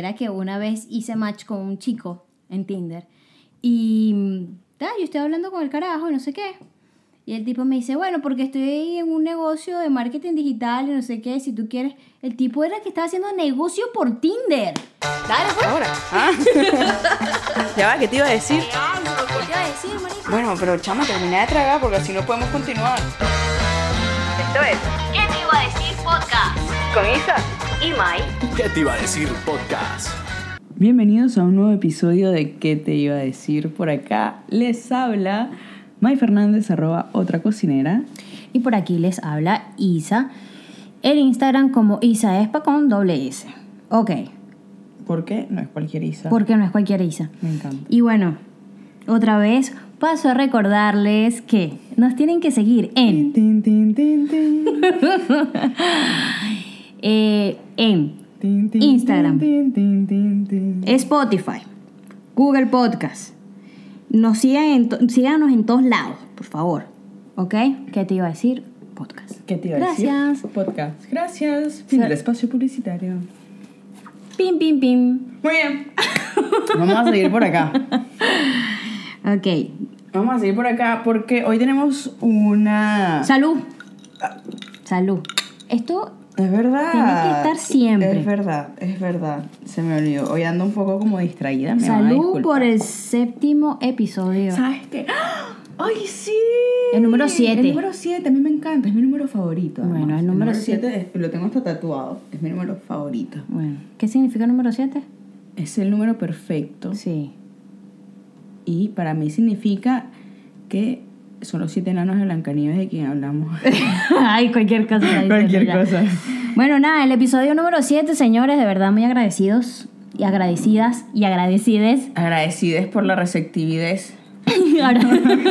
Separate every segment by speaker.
Speaker 1: Era que una vez hice match con un chico en Tinder. Y ta, yo estoy hablando con el carajo, no sé qué. Y el tipo me dice, bueno, porque estoy en un negocio de marketing digital y no sé qué, si tú quieres. El tipo era el que estaba haciendo negocio por Tinder. Dale, pues.
Speaker 2: Ahora. Ah. ya va, ¿qué te iba a decir?
Speaker 1: ¿Qué te iba a decir, marico?
Speaker 2: Bueno, pero chama, termina de tragar porque así no podemos continuar. Esto es
Speaker 3: ¿Qué te iba a decir podcast?
Speaker 2: con Isa.
Speaker 3: Y Mai.
Speaker 4: ¿Qué te iba a decir podcast?
Speaker 2: Bienvenidos a un nuevo episodio de ¿Qué te iba a decir? Por acá les habla May Fernández, arroba otra cocinera.
Speaker 1: Y por aquí les habla Isa. El Instagram como Isa Espa con doble S. Ok,
Speaker 2: Porque no es cualquier Isa.
Speaker 1: porque no es cualquier Isa.
Speaker 2: Me encanta.
Speaker 1: Y bueno, otra vez paso a recordarles que nos tienen que seguir en,
Speaker 2: Tin, tin, tin, tin, tin.
Speaker 1: eh, en
Speaker 2: Tin, Eh, tin,
Speaker 1: Instagram.
Speaker 2: tin, tin, tin, tin.
Speaker 1: Spotify, Google Podcast. Nos sigan en to- síganos en todos lados, por favor. ¿Ok? ¿Qué te iba a decir? Podcast.
Speaker 2: ¿Qué te iba a
Speaker 1: Gracias.
Speaker 2: decir? Podcast. Gracias. Fin del espacio publicitario.
Speaker 1: Pim, pim, pim.
Speaker 2: Muy bien. Vamos a seguir por acá.
Speaker 1: Ok.
Speaker 2: Vamos a seguir por acá porque hoy tenemos una...
Speaker 1: Salud. Salud. Esto
Speaker 2: Es verdad.
Speaker 1: Tiene que estar siempre.
Speaker 2: Es verdad, es verdad. Se me olvidó. Hoy ando un poco como distraída. Me van a
Speaker 1: Salud
Speaker 2: disculpar.
Speaker 1: por el séptimo episodio.
Speaker 2: ¿Sabes qué? ¡Ah! ¡Ay, sí!
Speaker 1: El número siete.
Speaker 2: El número 7, a mí me encanta, es mi número favorito.
Speaker 1: Bueno,
Speaker 2: además.
Speaker 1: el número
Speaker 2: siete es- lo tengo hasta tatuado, es mi número favorito.
Speaker 1: Bueno, ¿qué significa el número 7?
Speaker 2: Es el número perfecto
Speaker 1: Sí.
Speaker 2: y para mí significa que son los siete enanos de Blancanieves de quien hablamos.
Speaker 1: Ay, cualquier cosa. la dije,
Speaker 2: Cualquier
Speaker 1: mira.
Speaker 2: cosa.
Speaker 1: Bueno, nada, el episodio número 7, señores, de verdad muy agradecidos y agradecidas y agradecides.
Speaker 2: Agradecides por la receptividad.
Speaker 1: Ahora,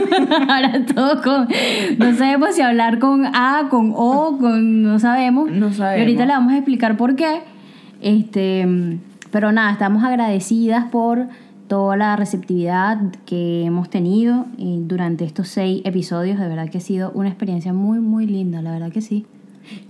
Speaker 1: ahora todo con... No sabemos si hablar con A, con O, con... No sabemos.
Speaker 2: No sabemos.
Speaker 1: Y ahorita le vamos a explicar por qué. Este, pero nada, estamos agradecidas por toda la receptividad que hemos tenido eh, durante estos seis episodios. De verdad que ha sido una experiencia muy, muy linda, la verdad que sí.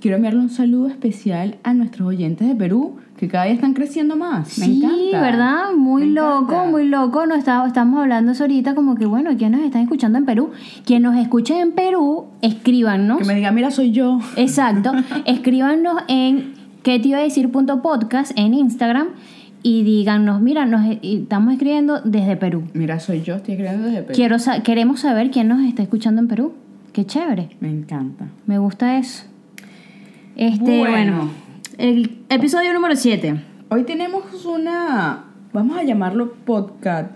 Speaker 2: Quiero enviarle un saludo especial a nuestros oyentes de Perú, que cada día están creciendo más. Me
Speaker 1: sí,
Speaker 2: encanta.
Speaker 1: ¿verdad? Muy
Speaker 2: Me
Speaker 1: loco,
Speaker 2: encanta.
Speaker 1: muy loco. No está- estamos hablando eso ahorita como que, bueno, ¿quién nos están escuchando en Perú? Quien nos escuche en Perú, escríbanos.
Speaker 2: Que me diga, mira, soy yo.
Speaker 1: Exacto. Escríbanos en qué te iba a decir punto podcast en Instagram y díganos, mira, nos e- y estamos escribiendo desde Perú.
Speaker 2: Mira, soy yo, estoy escribiendo desde Perú.
Speaker 1: Quiero sa- queremos saber quién nos está escuchando en Perú. Qué chévere.
Speaker 2: Me encanta.
Speaker 1: Me gusta eso. Este, bueno,
Speaker 2: Bueno.
Speaker 1: el episodio número 7.
Speaker 2: Hoy tenemos una, vamos a llamarlo podcast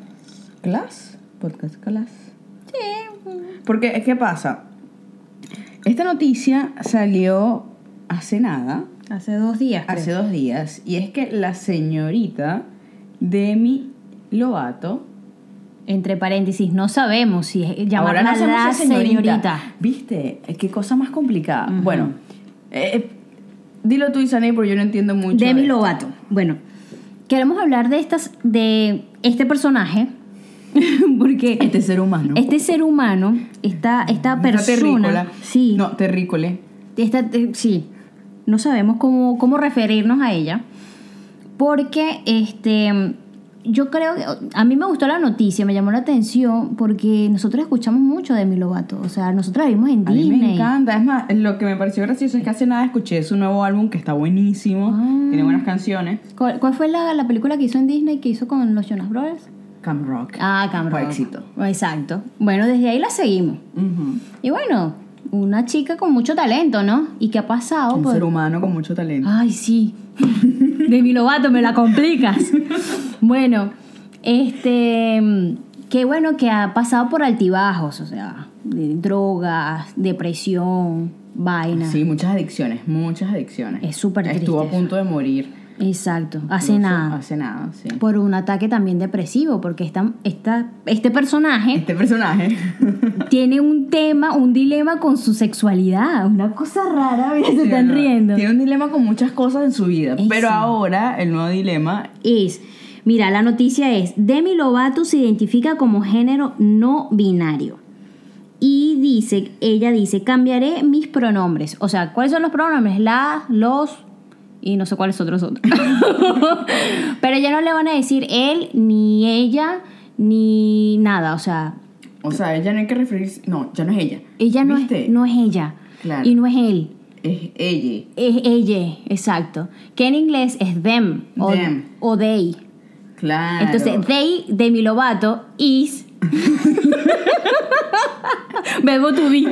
Speaker 2: class. Podcast class. Sí. Porque, ¿qué pasa? Esta noticia salió hace nada,
Speaker 1: Hace dos días. creo.
Speaker 2: hace dos días, y es que la señorita Demi Lovato,
Speaker 1: Entre paréntesis, no sabemos si es llamarla
Speaker 2: Ahora no hacemos
Speaker 1: la
Speaker 2: esa señorita.
Speaker 1: señorita.
Speaker 2: ¿Viste? Qué cosa más complicada. Bueno, eh, dilo tú, Isané, porque yo no entiendo mucho.
Speaker 1: Demi
Speaker 2: de-
Speaker 1: Lovato. Bueno, queremos hablar de estas de este personaje porque
Speaker 2: Este ser humano.
Speaker 1: este ser humano, esta esta
Speaker 2: Está
Speaker 1: persona,
Speaker 2: terrícola.
Speaker 1: sí,
Speaker 2: No, terrícole.
Speaker 1: esta eh, sí, no sabemos cómo cómo referirnos a ella porque este yo creo que a mí me gustó la noticia, me llamó la atención porque nosotros escuchamos mucho de Demi Lovato, o sea, nosotros la vimos en
Speaker 2: A mí
Speaker 1: Disney.
Speaker 2: me encanta. Es más, lo que me pareció gracioso es que hace nada escuché su nuevo álbum que está buenísimo.
Speaker 1: Ah.
Speaker 2: Tiene buenas canciones.
Speaker 1: ¿Cuál, cuál fue la, la película que hizo en Disney que hizo con los Jonas Brothers?
Speaker 2: Cam Rock.
Speaker 1: Ah, Camp
Speaker 2: Fue
Speaker 1: Rock.
Speaker 2: éxito.
Speaker 1: Exacto. Bueno, desde ahí la seguimos.
Speaker 2: Ujú.
Speaker 1: Y bueno, una chica con mucho talento, ¿no? ¿Y qué ha pasado?
Speaker 2: Un
Speaker 1: por-
Speaker 2: ser humano con mucho talento.
Speaker 1: Ay, sí. De mi lobato me la complicas. bueno, este. Qué bueno que ha pasado por altibajos, o sea, de drogas, depresión, vainas.
Speaker 2: Sí, muchas adicciones, muchas adicciones.
Speaker 1: Es súper triste
Speaker 2: Estuvo a
Speaker 1: eso.
Speaker 2: punto de morir.
Speaker 1: Exacto, hace
Speaker 2: incluso
Speaker 1: nada.
Speaker 2: Hace nada, sí.
Speaker 1: Por un ataque también depresivo, porque esta, esta, este personaje
Speaker 2: Este personaje.
Speaker 1: tiene un tema, un dilema con su sexualidad. Una cosa rara, mira, se
Speaker 2: Sí,
Speaker 1: están
Speaker 2: no,
Speaker 1: riendo.
Speaker 2: Tiene un dilema con muchas cosas en su vida.
Speaker 1: Eso.
Speaker 2: Pero ahora el nuevo dilema
Speaker 1: Es, mira, la noticia es, Demi Lovato se identifica como género no binario. Y dice, ella dice, cambiaré mis pronombres. O sea, ¿cuáles son los pronombres? Las, los, y no sé cuáles otros son. Pero ya no le van a decir él, ni ella, ni nada. O sea,
Speaker 2: O sea, ella no hay que referirse. No, ya no es ella.
Speaker 1: ella no
Speaker 2: ¿Viste?
Speaker 1: es, no es ella.
Speaker 2: Claro.
Speaker 1: Y no es él.
Speaker 2: Es ella.
Speaker 1: Es ella, exacto. Que en inglés es them o,
Speaker 2: Them.
Speaker 1: o they.
Speaker 2: Claro.
Speaker 1: Entonces, they de mi Lovato is. Bebo tu vi.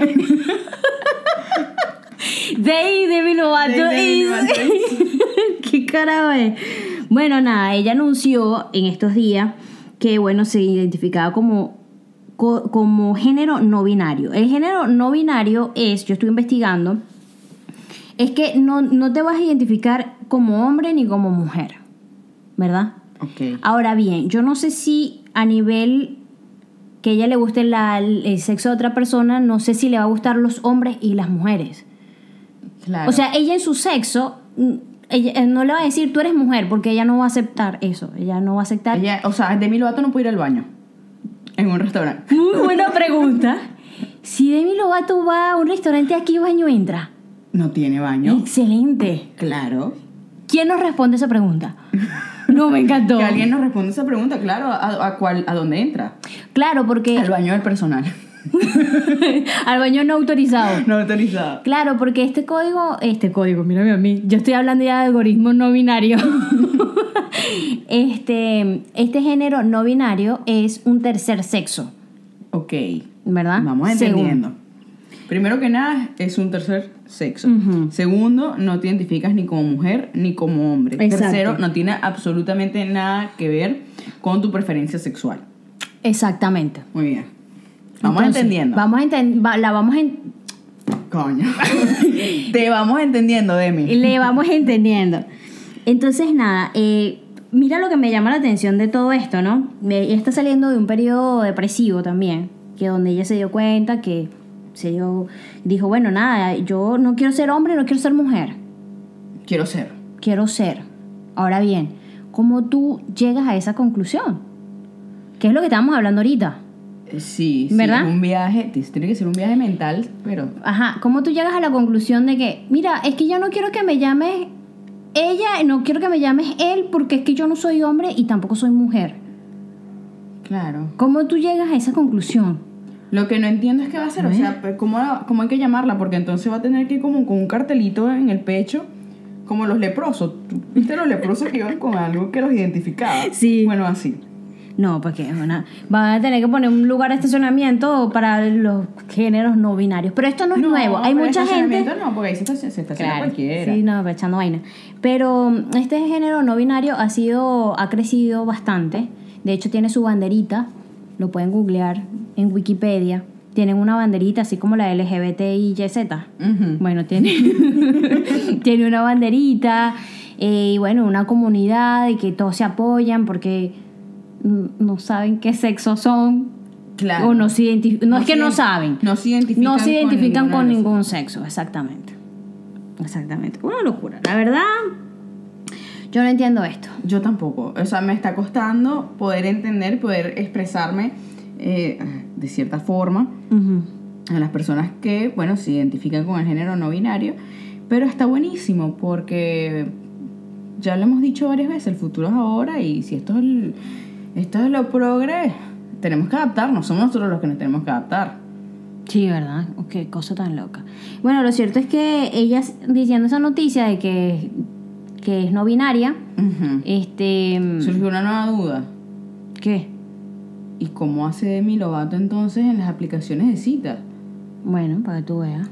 Speaker 1: They de mi Lovato
Speaker 2: They,
Speaker 1: is.
Speaker 2: Demi
Speaker 1: ¿Qué carajo es? Bueno, nada, ella anunció en estos días que, bueno, se identificaba como, co- como género no binario. El género no binario es, yo estoy investigando, es que no, no te vas a identificar como hombre ni como mujer, ¿verdad?
Speaker 2: ok.
Speaker 1: Ahora bien, yo no sé si a nivel que a ella le guste la- el sexo de otra persona, no sé si le va a gustar los hombres y las mujeres.
Speaker 2: Claro.
Speaker 1: O sea, ella en su sexo, mm, ella, eh, no le va a decir tú eres mujer, porque ella no va a aceptar eso. Ella no va a aceptar.
Speaker 2: Ella, o sea, Demi Lovato no puede ir al baño. En un restaurante.
Speaker 1: Muy buena pregunta. si Demi Lovato va a un restaurante aquí, baño entra.
Speaker 2: No tiene baño.
Speaker 1: Excelente.
Speaker 2: Claro.
Speaker 1: ¿Quién nos responde esa pregunta? No, me encantó.
Speaker 2: Que alguien nos responda esa pregunta, claro, a, a cuál, a dónde entra.
Speaker 1: Claro, porque
Speaker 2: Al baño del personal.
Speaker 1: al baño no autorizado.
Speaker 2: No autorizado.
Speaker 1: Claro, porque este código, este código, mírame a mí, yo estoy hablando ya de algoritmo no binario. este, este género no binario es un tercer sexo,
Speaker 2: Ok.
Speaker 1: ¿verdad?
Speaker 2: Vamos
Speaker 1: Según-
Speaker 2: entendiendo. Ah, Primero que nada, es un tercer sexo. Segundo, no te identificas ni como mujer ni como hombre.
Speaker 1: Exacto.
Speaker 2: Tercero, no tiene absolutamente nada que ver con tu preferencia sexual.
Speaker 1: Exactamente.
Speaker 2: Muy bien. Vamos
Speaker 1: Entonces,
Speaker 2: entendiendo.
Speaker 1: Vamos a enten- va- la vamos en-
Speaker 2: Coño. te vamos entendiendo, Demi.
Speaker 1: le vamos entendiendo. Entonces, nada, eh, mira lo que me llama la atención de todo esto, ¿no? Me- Ella está saliendo de un periodo depresivo también, que donde ella se dio cuenta que se dio, dijo, bueno, nada, yo no quiero ser hombre, no quiero ser mujer,
Speaker 2: Quiero ser.
Speaker 1: quiero ser. Ahora bien, ¿cómo tú llegas a esa conclusión? ¿Qué es lo que estábamos hablando ahorita?
Speaker 2: Eh, Sí, sí,
Speaker 1: ¿Verdad?
Speaker 2: es un viaje, tiene que ser un viaje mental, pero
Speaker 1: Ajá, ¿cómo tú llegas a la conclusión de que, mira, es que yo no quiero que me llames ella, no quiero que me llames él, porque es que yo no soy hombre y tampoco soy mujer?
Speaker 2: claro.
Speaker 1: ¿Cómo tú llegas a esa conclusión?
Speaker 2: Lo que no entiendo es qué va a hacer, o sea, pues, ¿cómo, la- cómo hay que llamarla? Porque entonces va a tener que ir como con un cartelito en el pecho, como los leprosos. ¿Tú ¿Viste los leprosos que iban con algo que los identificaba?
Speaker 1: Sí.
Speaker 2: Bueno, así.
Speaker 1: No, porque es una- van a tener que poner un lugar de estacionamiento para los géneros no binarios. Pero esto no es nuevo. Hay
Speaker 2: pero
Speaker 1: mucha gente.
Speaker 2: estacionamiento No, porque ahí se está, se estaciona cualquiera.
Speaker 1: Sí, no, echando vaina. Pero mm, este género no binario ha sido, ha crecido bastante. De hecho, tiene su banderita. Lo pueden googlear en Wikipedia. Tienen una banderita así como la LGBTIYZ.
Speaker 2: Ujú.
Speaker 1: Bueno, tiene, tiene una banderita eh, y bueno, una comunidad y que todos se apoyan porque mm, no saben qué sexo son.
Speaker 2: Claro.
Speaker 1: O no se identifican. No, es que
Speaker 2: se
Speaker 1: no
Speaker 2: ident-
Speaker 1: saben.
Speaker 2: No se identifican,
Speaker 1: No se identifican con
Speaker 2: ninguna de esas.
Speaker 1: ningún sexo, exactamente. Exactamente. Una locura. La verdad, yo no entiendo esto.
Speaker 2: Yo tampoco. O sea, me está costando poder entender, poder expresarme eh, de cierta forma. a las personas que, bueno, se identifican con el género no binario, pero está buenísimo porque ya lo hemos dicho varias veces, el futuro es ahora y si esto es, el- esto es lo progre, tenemos que adaptarnos, somos nosotros los que nos tenemos que adaptar.
Speaker 1: Sí, ¿verdad? Oh, Qué cosa tan loca. Bueno, lo cierto es que ella diciendo esa noticia de que, que es no binaria,
Speaker 2: Ujú.
Speaker 1: este...
Speaker 2: Surgió una nueva duda.
Speaker 1: ¿Qué?
Speaker 2: ¿Y cómo hace Demi Lovato entonces en las aplicaciones de citas?
Speaker 1: Bueno, para que tú veas.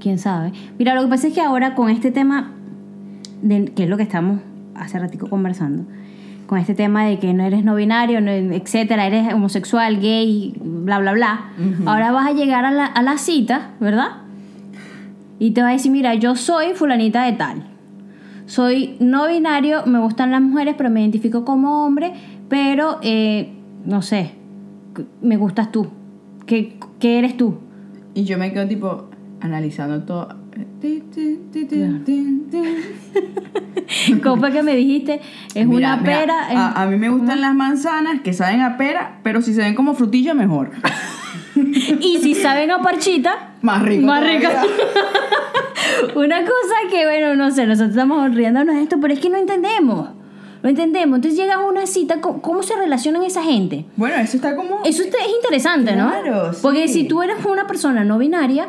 Speaker 1: Quién sabe. Mira, lo que pasa es que ahora con este tema, de, que es lo que estamos hace ratico conversando, con este tema de que no eres no binario, no- etcétera, eres homosexual, gay, bla, bla, bla. Ahora vas a llegar a la, a la cita, ¿verdad? Y te vas a decir, mira, yo soy fulanita de tal. Soy no binario, me gustan las mujeres, pero me identifico como hombre, pero eh, no sé, c- me gustas tú. ¿Qué, qué eres tú?
Speaker 2: Y yo me quedo tipo analizando todo. eh, Ti, ti, ti, ti, ti, ti.
Speaker 1: Copa que me dijiste, es
Speaker 2: Mira,
Speaker 1: una
Speaker 2: mira, ah,
Speaker 1: pera. eh. es-
Speaker 2: a, a mí me gustan las manzanas que saben a pera, pero si se ven como frutilla, mejor.
Speaker 1: Y si saben a parchita,
Speaker 2: Más rico.
Speaker 1: más rica.
Speaker 2: todavía.
Speaker 1: Una cosa que, bueno, no sé, nosotros estamos riéndonos de esto, pero es que no entendemos. No entendemos. Entonces llegas a una cita, ¿cómo, cómo se relacionan esa gente?
Speaker 2: Bueno, eso está como.
Speaker 1: Eso está- es interesante, ¿no?
Speaker 2: Claro, sí.
Speaker 1: Porque si tú eres una persona no binaria,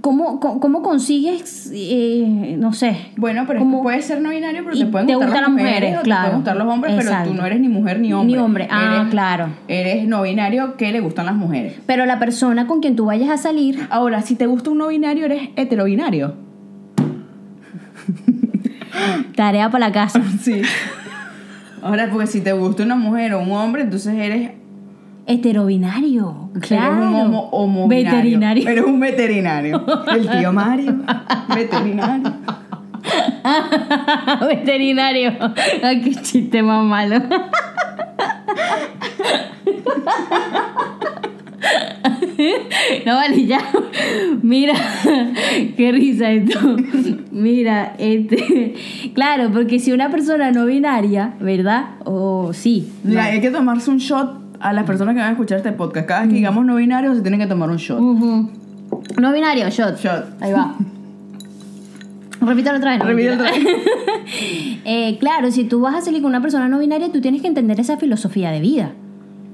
Speaker 1: ¿cómo, cómo, cómo consigues, eh, no sé?
Speaker 2: Bueno, pero es
Speaker 1: cómo-
Speaker 2: que puede ser no binario, pero
Speaker 1: Y
Speaker 2: te pueden
Speaker 1: te
Speaker 2: gustar
Speaker 1: gustan
Speaker 2: las
Speaker 1: las
Speaker 2: mujeres,
Speaker 1: mujeres,
Speaker 2: o te
Speaker 1: claro.
Speaker 2: pueden gustar los hombres, pero
Speaker 1: Exacto.
Speaker 2: tú no eres ni mujer ni hombre.
Speaker 1: Ni hombre, ah,
Speaker 2: Eres-
Speaker 1: claro.
Speaker 2: Eres no binario que le gustan las mujeres.
Speaker 1: Pero la persona con quien tú vayas a salir,
Speaker 2: Ahora, si te gusta un no binario, eres heterobinario.
Speaker 1: tarea para la casa.
Speaker 2: Sí. Ahora, porque si te gusta una mujer o un hombre, entonces eres,
Speaker 1: Heterobinario. Claro.
Speaker 2: eres un homo, homo binario.
Speaker 1: Veterinario.
Speaker 2: Eres un veterinario. El tío Mario. Veterinario.
Speaker 1: Veterinario. Ay, qué chiste más malo. No vale, ya. Mira, qué risa esto. Mira, este. Claro, porque si una persona no binaria, ¿verdad? O sí.
Speaker 2: Mira, hay que tomarse un shot a las personas que van a escuchar este podcast. Cada vez
Speaker 1: Mm.
Speaker 2: que digamos no binario, se tienen que tomar un shot.
Speaker 1: Ujú. No binario, shot.
Speaker 2: Shot.
Speaker 1: Ahí va. Repítalo otra vez. no,
Speaker 2: Repite
Speaker 1: mentira.
Speaker 2: otra vez.
Speaker 1: Eh, claro, si tú vas a salir con una persona no binaria, tú tienes que entender esa filosofía de vida.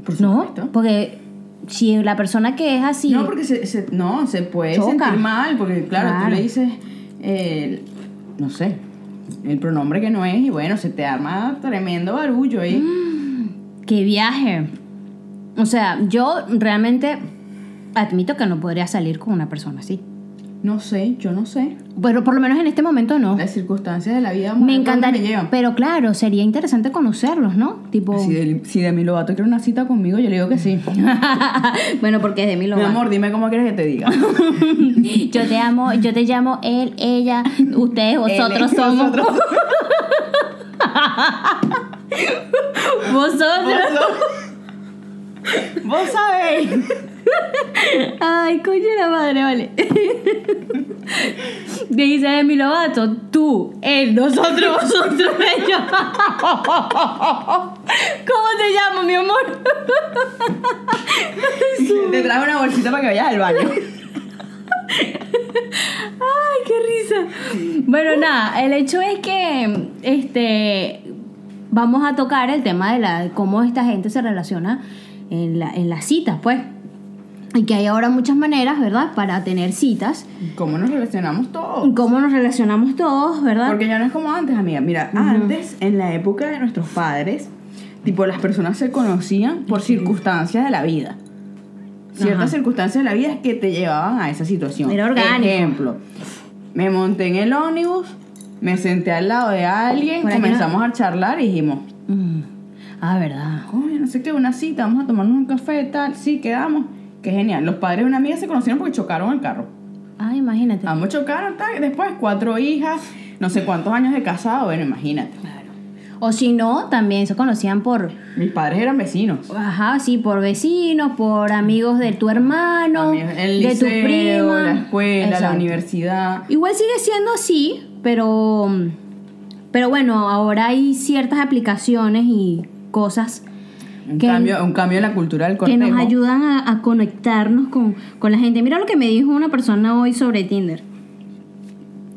Speaker 2: Por
Speaker 1: No,
Speaker 2: supuesto.
Speaker 1: porque si la persona que es así.
Speaker 2: No, porque se, se- no, se puede
Speaker 1: Choca.
Speaker 2: sentir mal, porque claro,
Speaker 1: Claro.
Speaker 2: tú le dices, eh, no sé, el pronombre que no es, y bueno, se te arma tremendo barullo ahí.
Speaker 1: Mm. ¡Qué viaje! O sea, yo realmente admito que no podría salir con una persona así.
Speaker 2: No sé, yo no sé.
Speaker 1: Pero por lo menos en este momento no.
Speaker 2: Las circunstancias de la vida
Speaker 1: Me
Speaker 2: amorosa
Speaker 1: encantaría.
Speaker 2: me llevan.
Speaker 1: Pero claro, sería interesante conocerlos, ¿no? Tipo.
Speaker 2: Si de, si de mi lobato quiere una cita conmigo, yo le digo que sí.
Speaker 1: bueno, porque es de mi
Speaker 2: Mi
Speaker 1: lo
Speaker 2: amor, dime cómo quieres que te diga.
Speaker 1: Yo te amo, yo te llamo él, ella, ustedes, vosotros
Speaker 2: Él,
Speaker 1: somos.
Speaker 2: nosotros somos.
Speaker 1: Vosotros.
Speaker 2: Vos sabéis.
Speaker 1: Ay, coño de la madre, vale. De dice de mi lobato, tú, él, nosotros, vosotros, ellos. ¿Cómo te llamo, mi amor?
Speaker 2: Te traje una bolsita para que vayas al baño.
Speaker 1: Ay, qué risa. Bueno, nada, el hecho es que este vamos a tocar el tema de la cómo esta gente se relaciona en, la- en las citas, pues. Y que hay ahora muchas maneras, ¿verdad?, para tener citas.
Speaker 2: ¿Cómo nos relacionamos todos?
Speaker 1: Cómo nos relacionamos todos, ¿verdad?
Speaker 2: Porque ya no es como antes, amiga. Mira, antes, en la época de nuestros padres, tipo, las personas se conocían por circunstancias de la vida. Ciertas
Speaker 1: Ajá.
Speaker 2: circunstancias de la vida que te llevaban a esa situación.
Speaker 1: Era orgánico.
Speaker 2: Ejemplo, me monté en el ómnibus, me senté al lado de alguien,
Speaker 1: Por aquí
Speaker 2: comenzamos a charlar y dijimos,
Speaker 1: Mm. Ah, ¿verdad?
Speaker 2: oye, no sé qué, una cita, vamos a tomarnos un café, tal. Sí, quedamos. Qué genial. Los padres de una amiga se conocieron porque chocaron el carro.
Speaker 1: Ah, imagínate.
Speaker 2: Ambos chocaron, tal. Después, cuatro hijas, no sé cuántos años de casado. Bueno, imagínate.
Speaker 1: O si no, también se conocían por,
Speaker 2: Mis padres eran vecinos.
Speaker 1: ajá, sí, por vecinos, por amigos de tu hermano,
Speaker 2: Amigos, El
Speaker 1: de tu
Speaker 2: liceo,
Speaker 1: prima.
Speaker 2: la escuela, la
Speaker 1: Exacto.
Speaker 2: universidad.
Speaker 1: Igual sigue siendo así, pero, pero bueno, ahora hay ciertas aplicaciones y cosas
Speaker 2: Un
Speaker 1: que,
Speaker 2: cambio, un cambio en la cultura del
Speaker 1: que
Speaker 2: cortejo.
Speaker 1: nos ayudan a, a conectarnos con, con la gente. Mira lo que me dijo una persona hoy sobre Tinder.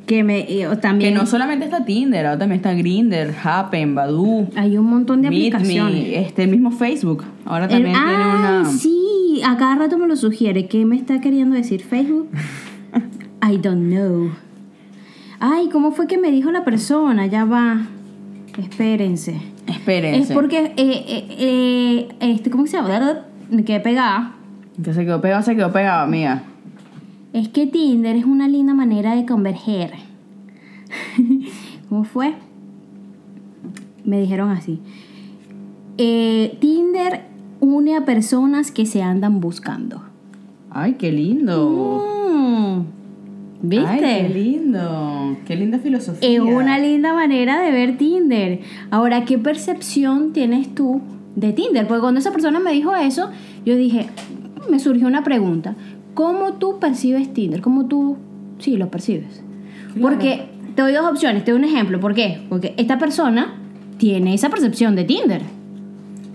Speaker 1: Que me eh,
Speaker 2: Que
Speaker 1: también
Speaker 2: no solamente está Tinder, ahora también está Grinder, Happen, Badoo,
Speaker 1: hay un montón de
Speaker 2: Meet
Speaker 1: aplicaciones.
Speaker 2: Me, este el mismo Facebook. Ahora
Speaker 1: El-
Speaker 2: también tiene
Speaker 1: ay,
Speaker 2: una.
Speaker 1: sí, a cada rato me lo sugiere. ¿Qué me está queriendo decir Facebook? I don't know. Ay, ¿cómo fue que me dijo la persona? Ya va. Espérense. Es
Speaker 2: Espérense.
Speaker 1: porque, eh, eh, eh, este, ¿cómo se llama? Me quedé pegada.
Speaker 2: Que se quedó pegado, se quedó pegado, amiga.
Speaker 1: Es que Tinder es una linda manera de converger. ¿Cómo fue? Me dijeron así. Eh, Tinder une a personas que se andan buscando.
Speaker 2: Ay, qué lindo.
Speaker 1: Mm, ¿Viste?
Speaker 2: Ay, qué lindo. Qué linda filosofía.
Speaker 1: es una linda manera de ver Tinder. Ahora, ¿qué percepción tienes tú de Tinder? Porque cuando esa persona me dijo eso, yo dije, me surgió una pregunta. ¿Cómo tú percibes Tinder? ¿Cómo tú, sí, lo percibes? Porque te doy dos opciones, te doy un ejemplo. ¿Por qué? Porque esta persona tiene esa percepción de Tinder,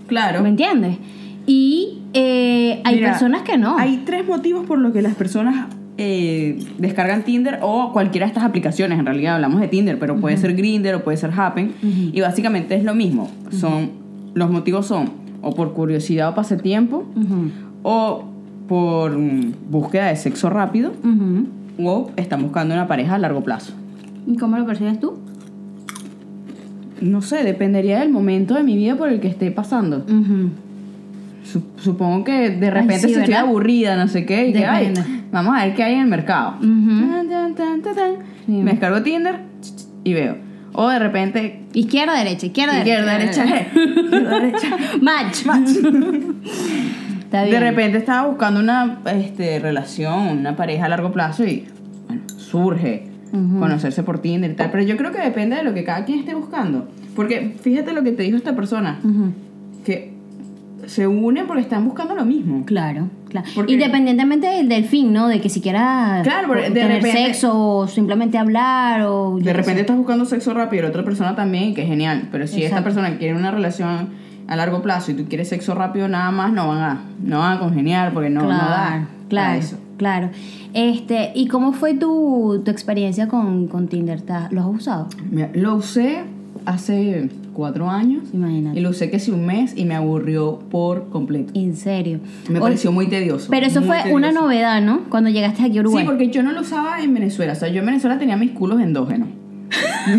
Speaker 2: Claro.
Speaker 1: ¿me entiendes? Y eh, hay
Speaker 2: Mira,
Speaker 1: personas que no.
Speaker 2: Hay tres motivos por los que las personas eh, descargan Tinder o cualquiera de estas aplicaciones. En realidad hablamos de Tinder, pero puede ser Grinder o puede ser Happen. Y básicamente es lo mismo. Son, los motivos son o por curiosidad o pasatiempo o por mm, búsqueda de sexo rápido
Speaker 1: Ujú.
Speaker 2: o están buscando una pareja a largo plazo.
Speaker 1: ¿Y cómo lo percibes tú?
Speaker 2: No sé, dependería del momento de mi vida por el que esté pasando.
Speaker 1: Ujú.
Speaker 2: Su- Supongo que de repente
Speaker 1: sí,
Speaker 2: si estoy
Speaker 1: ¿verdad?
Speaker 2: aburrida, no sé qué, y que ay,
Speaker 1: Depende.
Speaker 2: vamos a ver qué hay en el mercado.
Speaker 1: Ujú.
Speaker 2: Tan, tan, tan, tan, tan.
Speaker 1: Sí.
Speaker 2: Me descargo Tinder y veo. O de repente,
Speaker 1: Izquierda, derecha, izquierda,
Speaker 2: izquierda,
Speaker 1: derecha.
Speaker 2: derecha, izquierda, derecha.
Speaker 1: Match. Está bien.
Speaker 2: De repente estaba buscando una este, relación, una pareja a largo plazo y bueno, surge conocerse por Tinder y tal. Pero yo creo que depende de lo que cada quien esté buscando. Porque fíjate lo que te dijo esta persona,
Speaker 1: Ujú.
Speaker 2: que se unen porque están buscando lo mismo.
Speaker 1: Claro, claro.
Speaker 2: Porque-
Speaker 1: Independientemente del, del fin, ¿no? De que si quieras
Speaker 2: Claro, porque de
Speaker 1: tener
Speaker 2: repente-
Speaker 1: sexo o simplemente hablar o... yo
Speaker 2: De
Speaker 1: qué
Speaker 2: repente
Speaker 1: sé.
Speaker 2: estás buscando sexo rápido y la otra persona también, que es genial. Pero si esta
Speaker 1: Exacto.
Speaker 2: persona quiere una relación a largo plazo y tú quieres sexo rápido nada más, no van a, no van a congeniar porque no, no
Speaker 1: claro,
Speaker 2: da para
Speaker 1: claro,
Speaker 2: eso.
Speaker 1: claro. Este, ¿Y cómo fue tu, tu experiencia con, con Tinder? ¿Te- ¿Lo has usado?
Speaker 2: Mira, lo usé hace cuatro años
Speaker 1: Imagínate.
Speaker 2: y lo usé que si un mes y me aburrió por completo.
Speaker 1: En serio.
Speaker 2: Me
Speaker 1: O-
Speaker 2: pareció muy tedioso.
Speaker 1: Pero eso
Speaker 2: muy
Speaker 1: fue una
Speaker 2: tedioso.
Speaker 1: novedad, ¿no? Cuando llegaste aquí a Uruguay.
Speaker 2: Sí, porque yo no lo usaba en Venezuela. O sea, yo en Venezuela tenía mis culos endógenos.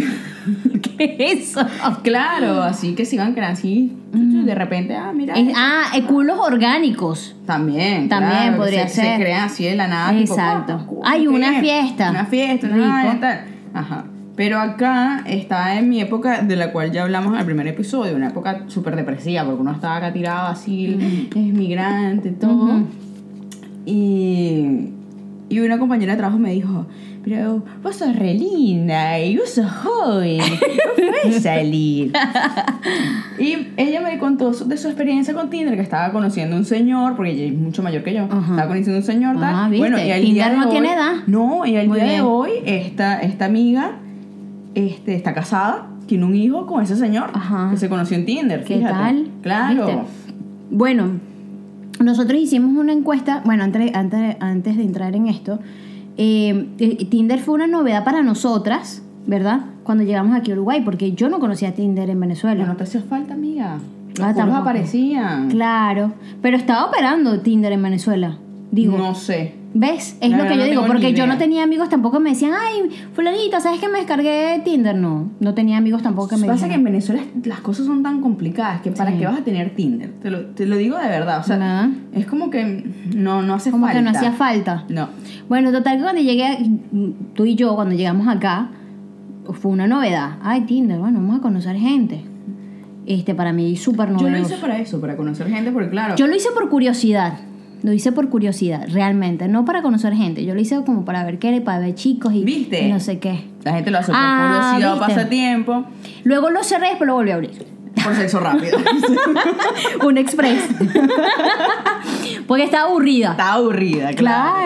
Speaker 1: ¿Qué es eso?
Speaker 2: Claro, así que se iban creando así. De repente, ah, mira.
Speaker 1: Ah. Mm. Es- ah, eh, culos orgánicos.
Speaker 2: También,
Speaker 1: También
Speaker 2: claro, que
Speaker 1: podría
Speaker 2: se,
Speaker 1: ser.
Speaker 2: Se crea así de la nada. tipo,
Speaker 1: Exacto.
Speaker 2: guau, guau,
Speaker 1: Hay
Speaker 2: qué
Speaker 1: una
Speaker 2: bien.
Speaker 1: fiesta.
Speaker 2: Una fiesta, una
Speaker 1: Rico.
Speaker 2: vaina, tal. Ajá. Pero acá estaba en mi época de la cual ya hablamos en el primer episodio, una época súper depresiva, porque uno estaba acá tirado así,
Speaker 1: Mm.
Speaker 2: es migrante, todo. Y, y una compañera de trabajo me dijo, pero vos sos re linda y vos sos joven, vos podés salir. y ella me contó su- de su experiencia con Tinder, que estaba conociendo un señor, porque ella es mucho mayor que yo,
Speaker 1: Ajá.
Speaker 2: estaba conociendo un señor, tal.
Speaker 1: Ah, ¿viste?
Speaker 2: Bueno, y al
Speaker 1: Tinder
Speaker 2: día de
Speaker 1: no
Speaker 2: hoy-
Speaker 1: tiene edad.
Speaker 2: No, y al
Speaker 1: Muy
Speaker 2: día de
Speaker 1: bien.
Speaker 2: hoy, esta, esta amiga este, está casada, tiene un hijo con ese señor
Speaker 1: Ajá.
Speaker 2: que se conoció en Tinder.
Speaker 1: ¿Qué
Speaker 2: fíjate.
Speaker 1: tal?
Speaker 2: Claro.
Speaker 1: ¿Viste? Bueno, nosotros hicimos una encuesta, bueno, antes, antes, antes de entrar en esto, eh, eh, Tinder fue una novedad para nosotras, ¿verdad? Cuando llegamos aquí a Uruguay, porque yo no conocía Tinder en Venezuela.
Speaker 2: Pero no te hacía falta, amiga. Los
Speaker 1: Ah,
Speaker 2: culos
Speaker 1: tampoco.
Speaker 2: aparecían.
Speaker 1: Claro, pero estaba operando Tinder en Venezuela, digo.
Speaker 2: No sé.
Speaker 1: ¿Ves? Es
Speaker 2: La
Speaker 1: lo que
Speaker 2: verdad
Speaker 1: yo
Speaker 2: no
Speaker 1: digo,
Speaker 2: tengo ni
Speaker 1: porque yo
Speaker 2: idea.
Speaker 1: no tenía amigos tampoco que me decían, ay, fulanita, ¿sabes que me descargué Tinder? No, no tenía amigos tampoco que me
Speaker 2: Pasa que
Speaker 1: dijeran.
Speaker 2: en Venezuela las cosas son tan complicadas que para
Speaker 1: Sí.
Speaker 2: qué vas a tener Tinder. Te lo, te lo digo de verdad. O sea,
Speaker 1: Nada.
Speaker 2: es como que no, no hace
Speaker 1: Como
Speaker 2: falta.
Speaker 1: que no hacía falta.
Speaker 2: No.
Speaker 1: Bueno, total que cuando llegué, tú y yo, cuando llegamos acá, fue una novedad. Ay, Tinder, bueno, vamos a conocer gente. Este, para mí, súper
Speaker 2: Yo lo
Speaker 1: novedoso.
Speaker 2: hice para eso, para conocer gente, porque claro.
Speaker 1: Yo lo hice por curiosidad. Lo hice por curiosidad, realmente. No para conocer gente. Yo lo hice como para ver qué era, y para ver chicos y,
Speaker 2: ¿Viste?
Speaker 1: y no sé qué.
Speaker 2: La gente lo hace por
Speaker 1: Ah,
Speaker 2: curiosidad o
Speaker 1: ¿viste?
Speaker 2: pasatiempo,
Speaker 1: Luego lo cerré, después lo volví a abrir.
Speaker 2: por sexo rápido.
Speaker 1: Un express. Porque estaba aburrida.
Speaker 2: Está aburrida, claro.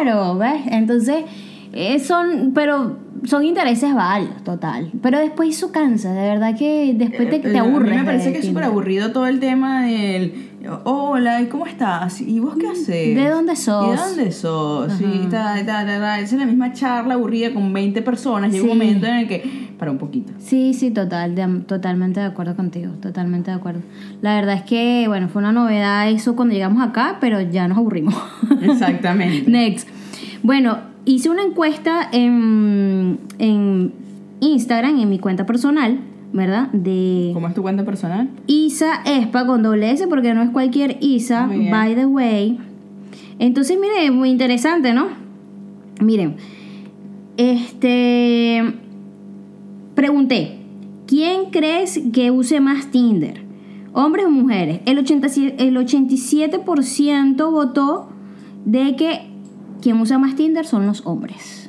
Speaker 1: Claro, ¿ves? Entonces, eh, son, pero son intereses válidos, total. Pero después eso cansa, de verdad que después te, te
Speaker 2: Eh, a mí
Speaker 1: aburres.
Speaker 2: me parece
Speaker 1: de
Speaker 2: que es súper
Speaker 1: Tinder.
Speaker 2: aburrido todo el tema del hola, ¿y cómo estás? ¿Y vos qué haces?
Speaker 1: Mm, ¿De dónde sos?
Speaker 2: ¿Y de dónde sos? Y ta, ta, ta, ta. Es la misma charla aburrida con 20 personas. Llega
Speaker 1: Sí.
Speaker 2: un momento en el que para un poquito.
Speaker 1: Sí, sí, total, de- totalmente de acuerdo contigo, totalmente de acuerdo. La verdad es que, bueno, fue una novedad eso cuando llegamos acá, pero ya nos aburrimos.
Speaker 2: Exactamente.
Speaker 1: Next. Bueno, hice una encuesta en, en Instagram, en mi cuenta personal, ¿verdad? De...
Speaker 2: ¿Cómo es tu cuenta personal?
Speaker 1: Isa Espa con doble S porque no es cualquier Isa,
Speaker 2: Muy bien.
Speaker 1: by the way. Entonces, miren, muy interesante, ¿no? Miren, este pregunté, ¿quién crees que use más Tinder? Hombres o mujeres. El, 87 el 87% votó de que quien usa más Tinder son los hombres.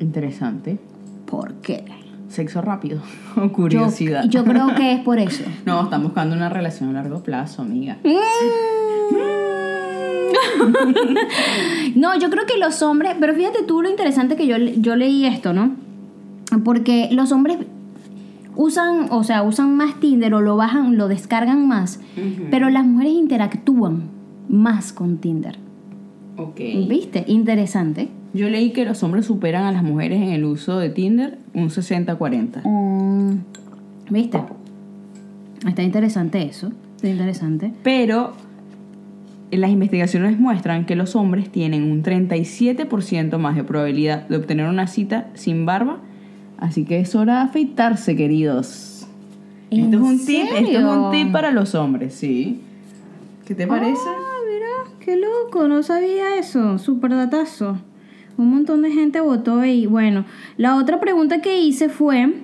Speaker 2: Interesante.
Speaker 1: ¿Por qué?
Speaker 2: Sexo rápido. O
Speaker 1: Yo-
Speaker 2: curiosidad.
Speaker 1: yo creo que es por eso.
Speaker 2: No, están buscando una relación a largo plazo, amiga.
Speaker 1: No, yo creo que los hombres, pero fíjate tú lo interesante que yo, le- yo leí esto, ¿no? Porque los hombres usan, o sea, usan más Tinder o lo bajan, lo descargan más, pero las mujeres interactúan más con Tinder.
Speaker 2: Ok.
Speaker 1: ¿Viste? Interesante.
Speaker 2: Yo leí que los hombres superan a las mujeres en el uso de Tinder un 60-40.
Speaker 1: Mm, ¿Viste? Está interesante eso. Está interesante.
Speaker 2: Pero eh, las investigaciones muestran que los hombres tienen un 37% más de probabilidad de obtener una cita sin barba. Así que es hora de afeitarse, queridos.
Speaker 1: ¿En
Speaker 2: Esto es un tip, esto es
Speaker 1: serio?
Speaker 2: un tip para los hombres, sí. ¿Qué te parece?
Speaker 1: Ah, mira, qué loco, no sabía eso, super datazo. Un montón de gente votó y bueno, la otra pregunta que hice fue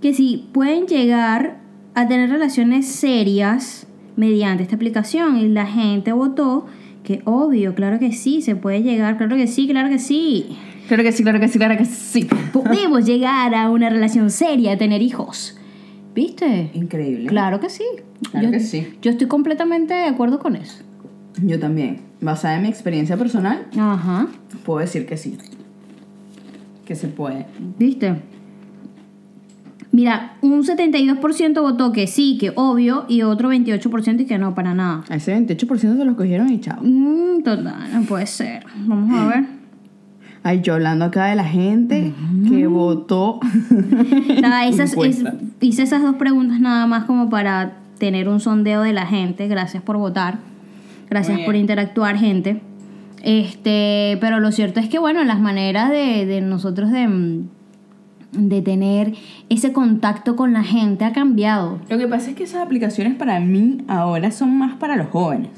Speaker 1: que si pueden llegar a tener relaciones serias mediante esta aplicación y la gente votó que obvio, claro que sí, se puede llegar, claro que sí, claro que sí.
Speaker 2: Claro que sí, claro que sí, claro que sí.
Speaker 1: Podemos llegar a una relación seria, tener hijos. ¿Viste?
Speaker 2: Increíble.
Speaker 1: Claro que sí.
Speaker 2: Claro
Speaker 1: yo,
Speaker 2: que sí.
Speaker 1: Yo estoy completamente de acuerdo con eso.
Speaker 2: Yo también. Basada en mi experiencia personal,
Speaker 1: Ajá.
Speaker 2: puedo decir que sí. Que se puede.
Speaker 1: ¿Viste? Mira, un 72% votó que sí, que obvio, y otro 28% y que no, para nada.
Speaker 2: A ese 28% se los cogieron y chao.
Speaker 1: Mm, total, no puede ser. Vamos a ver.
Speaker 2: Ay, yo hablando acá de la gente que votó.
Speaker 1: Nada, esas, es-
Speaker 2: Encuesta.
Speaker 1: hice esas dos preguntas nada más como para tener un sondeo de la gente. Gracias por votar. Gracias
Speaker 2: Muy
Speaker 1: por
Speaker 2: bien.
Speaker 1: interactuar, gente. Este, pero lo cierto es que, bueno, las maneras de, de nosotros de, mm, de tener ese contacto con la gente ha cambiado.
Speaker 2: Lo que pasa es que esas aplicaciones para mí ahora son más para los jóvenes.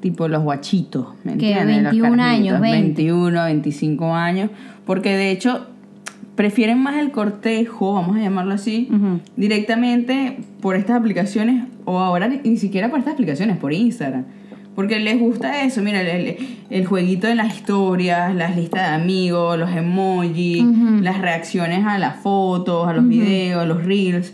Speaker 2: Tipo los guachitos, ¿me
Speaker 1: Que
Speaker 2: entiendes? Los
Speaker 1: 21
Speaker 2: carajitos,
Speaker 1: años, 20.
Speaker 2: 21, 25 años. Porque de hecho prefieren más el cortejo, vamos a llamarlo así,
Speaker 1: Ujú.
Speaker 2: directamente por estas aplicaciones o ahora ni- ni siquiera por estas aplicaciones, por Instagram. Porque les gusta eso, mira, el, el- el jueguito de las historias, las listas de amigos, los emojis,
Speaker 1: Ujú.
Speaker 2: las reacciones a las fotos, a los videos, a los reels.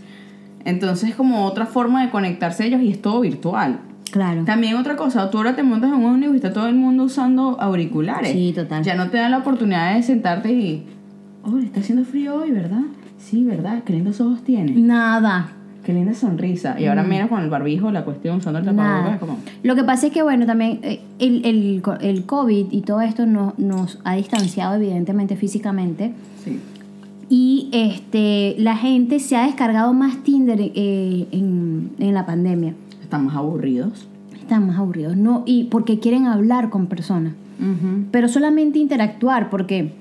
Speaker 2: Entonces es como otra forma de conectarse ellos y es todo virtual.
Speaker 1: Claro.
Speaker 2: También otra cosa, tú ahora te montas en un ómnibus y está todo el mundo usando auriculares.
Speaker 1: Sí, total.
Speaker 2: Ya no te dan la oportunidad de sentarte y... Oh, está haciendo frío hoy, ¿verdad? Sí, ¿verdad? Qué lindos ojos tiene.
Speaker 1: Nada.
Speaker 2: Qué linda sonrisa. Y ahora mira con el barbijo la cuestión usando el tapabocas.
Speaker 1: Nada.
Speaker 2: es como...
Speaker 1: Lo que pasa es que, bueno, también eh, el, el co- el COVID y todo esto no- nos ha distanciado, evidentemente, físicamente.
Speaker 2: Sí.
Speaker 1: Y este, la gente se ha descargado más Tinder eh, en, en la pandemia.
Speaker 2: Están más aburridos.
Speaker 1: Están más aburridos, ¿no? Y porque quieren hablar con personas.
Speaker 2: Ujú.
Speaker 1: Pero solamente interactuar, porque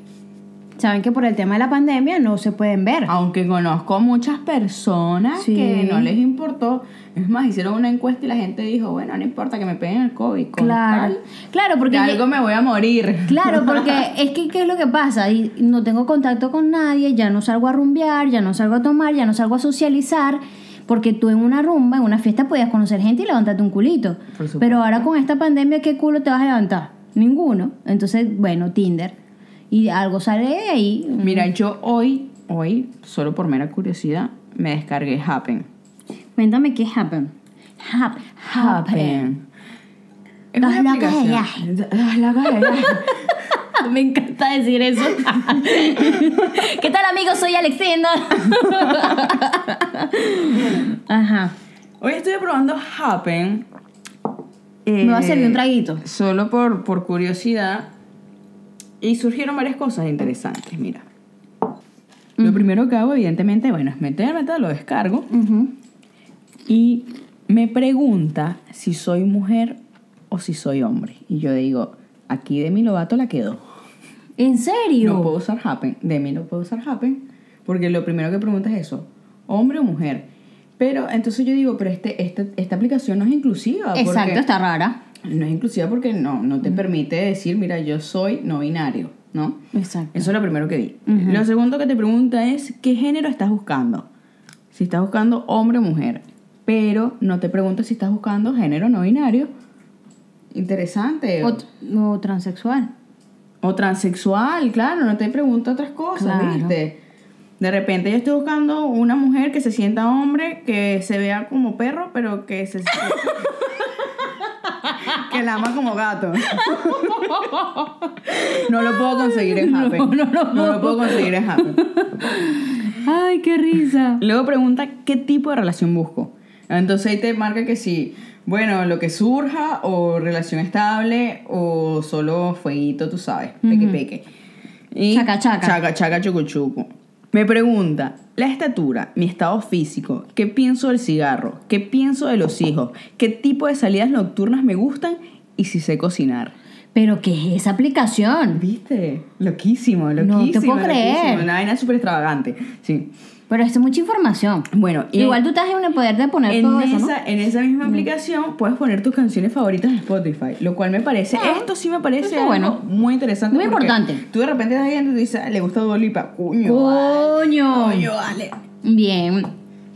Speaker 1: saben que por el tema de la pandemia no se pueden ver.
Speaker 2: Aunque conozco muchas personas
Speaker 1: Sí.
Speaker 2: que no les importó. Es más, hicieron una encuesta y la gente dijo, bueno, no importa que me peguen el COVID. con
Speaker 1: Claro.
Speaker 2: tal,
Speaker 1: Claro, porque.
Speaker 2: de algo me voy a morir.
Speaker 1: Claro, porque es que ¿qué es lo que pasa? Y no tengo contacto con nadie, ya no salgo a rumbear, ya no salgo a tomar, ya no salgo a socializar, porque tú en una rumba, en una fiesta podías conocer gente y levantarte un culito.
Speaker 2: Por supuesto.
Speaker 1: Pero ahora con esta pandemia, ¿qué culo te vas a levantar? Ninguno. Entonces, bueno, Tinder. Y algo sale de ahí.
Speaker 2: Mira, yo hoy, hoy, solo por mera curiosidad, me descargué Happen.
Speaker 1: Cuéntame qué happen. Hap, happen.
Speaker 2: Eh, Es
Speaker 1: Las
Speaker 2: una
Speaker 1: locas de
Speaker 2: aplicación. Las locas de viaje.
Speaker 1: Me encanta decir eso. ¿Qué tal, amigos? Soy Alexander. Ajá.
Speaker 2: Hoy estoy probando Happen.
Speaker 1: Me va a servir un
Speaker 2: eh,
Speaker 1: traguito.
Speaker 2: Solo por, por curiosidad. Y surgieron varias cosas interesantes, mira. Lo primero que hago, evidentemente, bueno, es meterme, tal, lo descargo. Y me pregunta si soy mujer o si soy hombre. Y yo digo, aquí de mi lobato la quedó.
Speaker 1: ¿En serio?
Speaker 2: No puedo usar Happen. De mí no puedo usar Happen. Porque lo primero que pregunta es eso. ¿Hombre o mujer? Pero entonces yo digo, pero este, este- esta aplicación no es inclusiva.
Speaker 1: Exacto,
Speaker 2: porque-
Speaker 1: está rara.
Speaker 2: No es inclusiva porque no, no te permite decir, mira, yo soy no binario, ¿no?
Speaker 1: Exacto.
Speaker 2: Eso es lo primero que vi. Lo segundo que te pregunta es, ¿qué género estás buscando? Si estás buscando hombre o mujer. Pero no te pregunta si estás buscando género no binario. Interesante.
Speaker 1: O, o transexual.
Speaker 2: O transexual, claro, no te pregunta otras cosas,
Speaker 1: Claro.
Speaker 2: ¿viste? De repente yo estoy buscando una mujer que se sienta hombre, que se vea como perro, pero que se... que la ama como gato. no lo puedo conseguir en Happn. No, lo puedo conseguir en Happn.
Speaker 1: Ay, qué risa.
Speaker 2: Luego pregunta qué tipo de relación busco. Entonces ahí te marca que si Bueno, lo que surja, o relación estable, o solo fueguito, tú sabes, peque peque. Y
Speaker 1: Chaca, chaca.
Speaker 2: Chaca chaca chucu chucu. Me pregunta, la estatura, mi estado físico, qué pienso del cigarro, qué pienso de los hijos, qué tipo de salidas nocturnas me gustan y si sé cocinar.
Speaker 1: Pero ¿qué es esa aplicación?
Speaker 2: ¿Viste? Loquísimo, loquísimo.
Speaker 1: No te puedo
Speaker 2: loquísimo.
Speaker 1: creer.
Speaker 2: Una vaina súper extravagante. Sí.
Speaker 1: Pero esto es mucha información.
Speaker 2: Bueno, y
Speaker 1: Igual tú estás en el poder de poner
Speaker 2: en
Speaker 1: todo
Speaker 2: esa,
Speaker 1: eso, ¿no?
Speaker 2: en esa misma aplicación puedes poner tus canciones favoritas de Spotify, lo cual me parece, esto sí me parece
Speaker 1: Ah, está bueno.
Speaker 2: algo muy interesante.
Speaker 1: Muy
Speaker 2: porque
Speaker 1: importante.
Speaker 2: Tú de repente estás viendo y dices, "Ah, le gusta Dua Lipa, cuño.
Speaker 1: ¡Coño!
Speaker 2: vale, coño, vale.
Speaker 1: Bien.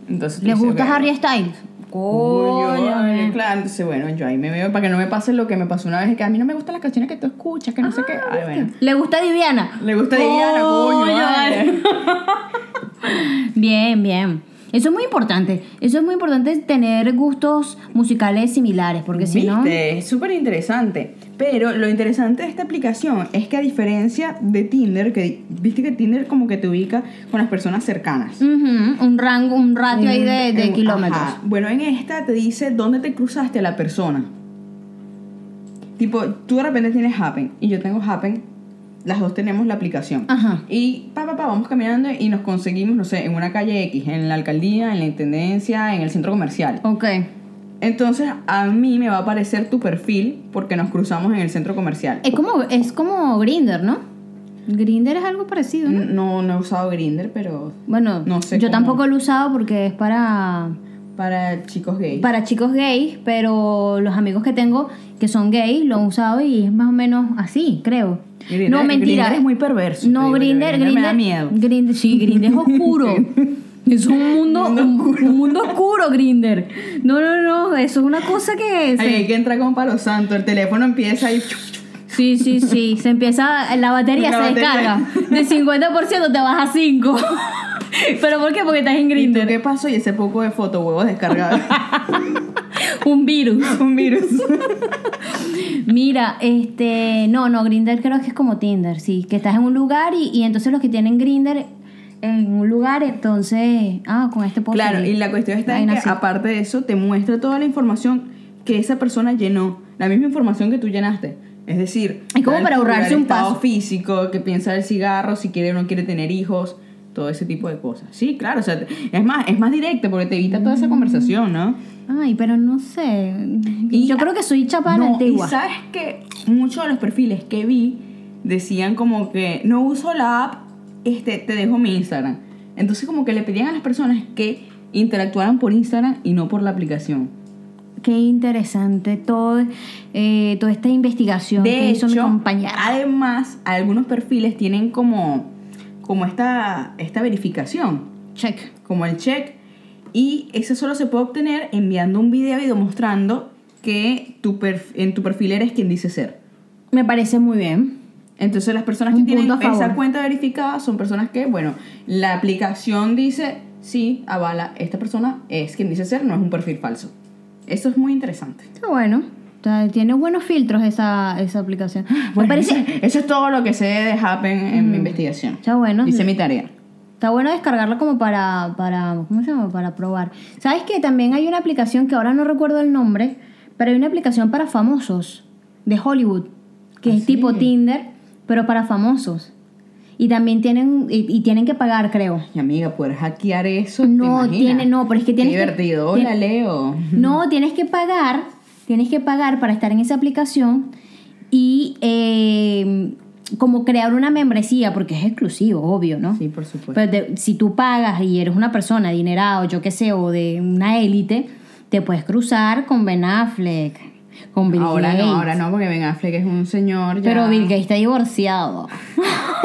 Speaker 2: Entonces, tú
Speaker 1: ¿Les
Speaker 2: dices,
Speaker 1: gusta
Speaker 2: "Bueno,
Speaker 1: Harry Styles?
Speaker 2: Coño, vale".
Speaker 1: Coño.
Speaker 2: claro, entonces bueno, yo ahí me veo para que no me pase lo que me pasó una vez, que a mí no me gustan las canciones que tú escuchas, que no sé qué.
Speaker 1: Ah,
Speaker 2: Ay, bueno.
Speaker 1: ¿Le gusta Diviana?
Speaker 2: Le gusta Diana, coño, vale.
Speaker 1: Bien, bien. Eso es muy importante. Eso es muy importante tener gustos musicales similares, porque si no.
Speaker 2: Viste, es súper interesante. Pero lo interesante de esta aplicación es que a diferencia de Tinder, que viste que Tinder como que te ubica con las personas cercanas.
Speaker 1: Ujú, un rango, un ratio ahí de, de
Speaker 2: En-
Speaker 1: kilómetros.
Speaker 2: ajá. Bueno, en esta te dice dónde te cruzaste a la persona. Tipo, tú de repente tienes Happen y yo tengo Happen. Las dos tenemos la aplicación.
Speaker 1: Ajá.
Speaker 2: Y pa, pa, pa, vamos caminando y nos conseguimos, no sé, en una calle X, en la alcaldía, en la intendencia, en el centro comercial.
Speaker 1: Ok.
Speaker 2: Entonces a mí me va a aparecer tu perfil porque nos cruzamos en el centro comercial.
Speaker 1: Es como, es como Grinder, ¿no? Grinder es algo parecido, ¿no?
Speaker 2: No, no he usado Grinder, pero
Speaker 1: Bueno,
Speaker 2: Mm, No sé
Speaker 1: yo
Speaker 2: cómo-
Speaker 1: tampoco lo he usado porque es para,
Speaker 2: para chicos gays.
Speaker 1: para chicos gays, pero los amigos que tengo que son gays lo han usado y es más o menos así, creo.
Speaker 2: Grindr-
Speaker 1: no, mentira.
Speaker 2: Grindr es muy perverso,
Speaker 1: No,
Speaker 2: te digo yo,
Speaker 1: Grinder,
Speaker 2: Grindr
Speaker 1: Grinder.
Speaker 2: me da miedo.
Speaker 1: Grindr- sí, Grinder es oscuro. Es un mundo, un, un mundo oscuro, Grinder. No, no, no, eso es una cosa que... se-
Speaker 2: Ay, hay que entrar con palo santo, el teléfono empieza y
Speaker 1: Sí, sí, sí. Se empieza, la batería
Speaker 2: La
Speaker 1: se
Speaker 2: batería.
Speaker 1: descarga. Del 50% te vas a 5. ¿Pero por qué? Porque estás en
Speaker 2: ¿Y tú
Speaker 1: Grindr.
Speaker 2: ¿Qué pasó? Y ese poco de foto huevos descargados.
Speaker 1: Un virus.
Speaker 2: Un virus.
Speaker 1: Mira, este. No, no, Grindr creo que es como Tinder, sí. Que estás en un lugar y, y entonces los que tienen Grindr en un lugar, entonces. Ah, con este post.
Speaker 2: Claro,
Speaker 1: sí.
Speaker 2: y la cuestión está en
Speaker 1: Vaina
Speaker 2: que
Speaker 1: así.
Speaker 2: aparte de eso te muestra toda la información que esa persona llenó, la misma información que tú llenaste. Es decir,
Speaker 1: Es como
Speaker 2: la
Speaker 1: para
Speaker 2: altura,
Speaker 1: ahorrarse
Speaker 2: el
Speaker 1: un
Speaker 2: estado
Speaker 1: paso.
Speaker 2: físico, que piensa del cigarro, si quiere o no quiere tener hijos, todo ese tipo de cosas. Sí, claro, o sea, te- es más, es más directo porque te evita toda
Speaker 1: Mm.
Speaker 2: esa conversación, ¿no?
Speaker 1: Ay, pero no sé.
Speaker 2: Y-
Speaker 1: Yo creo que soy chapada
Speaker 2: No,
Speaker 1: antigua.
Speaker 2: Y sabes que muchos de los perfiles que vi decían como que no uso la app, este, te dejo mi Instagram. Entonces como que le pedían a las personas que interactuaran por Instagram y no por la aplicación.
Speaker 1: Qué interesante todo, eh, toda esta investigación que
Speaker 2: De
Speaker 1: hizo mi
Speaker 2: hecho,
Speaker 1: compañera.
Speaker 2: además, algunos perfiles tienen como, como esta, esta verificación,
Speaker 1: Check.
Speaker 2: como el check, y ese solo se puede obtener enviando un video y demostrando que tu perf- en tu perfil eres quien dice ser.
Speaker 1: Me parece muy bien.
Speaker 2: Entonces las personas que
Speaker 1: Un
Speaker 2: tienen
Speaker 1: punto a favor.
Speaker 2: esa cuenta verificada son personas que, bueno, la aplicación dice, sí, avala, esta persona es quien dice ser, no es un perfil falso. Eso es muy interesante.
Speaker 1: Está Ah, bueno. O sea, tiene buenos filtros esa, esa aplicación. Me
Speaker 2: Bueno,
Speaker 1: parece. Mm.
Speaker 2: eso- eso es todo lo que sé de Happen en mi investigación.
Speaker 1: Está bueno.
Speaker 2: Hice mi tarea.
Speaker 1: Está bueno descargarla como para, para, ¿cómo se llama? Para probar. ¿Sabes que también hay una aplicación que ahora no recuerdo el nombre, pero hay una aplicación para famosos de Hollywood, que es tipo Tinder, pero para famosos. Y también tienen, y, y tienen que pagar, creo.
Speaker 2: Mi amiga, poder hackear eso. ¿te
Speaker 1: No,
Speaker 2: imaginas?
Speaker 1: tiene- no, pero es que
Speaker 2: Qué
Speaker 1: tienes que-
Speaker 2: divertido. Hola,
Speaker 1: tiene-
Speaker 2: Leo.
Speaker 1: No, tienes que pagar, tienes que pagar para estar en esa aplicación y eh, como crear una membresía, porque es exclusivo, obvio, ¿no?
Speaker 2: Sí, por supuesto.
Speaker 1: Pero te- si tú pagas y eres una persona adinerada o yo qué sé, o de una élite, te puedes cruzar con Ben Affleck, con Bill
Speaker 2: ahora
Speaker 1: Gates.
Speaker 2: no, ahora no, porque Ben Affleck es un señor ya.
Speaker 1: Pero Bill Gates está divorciado.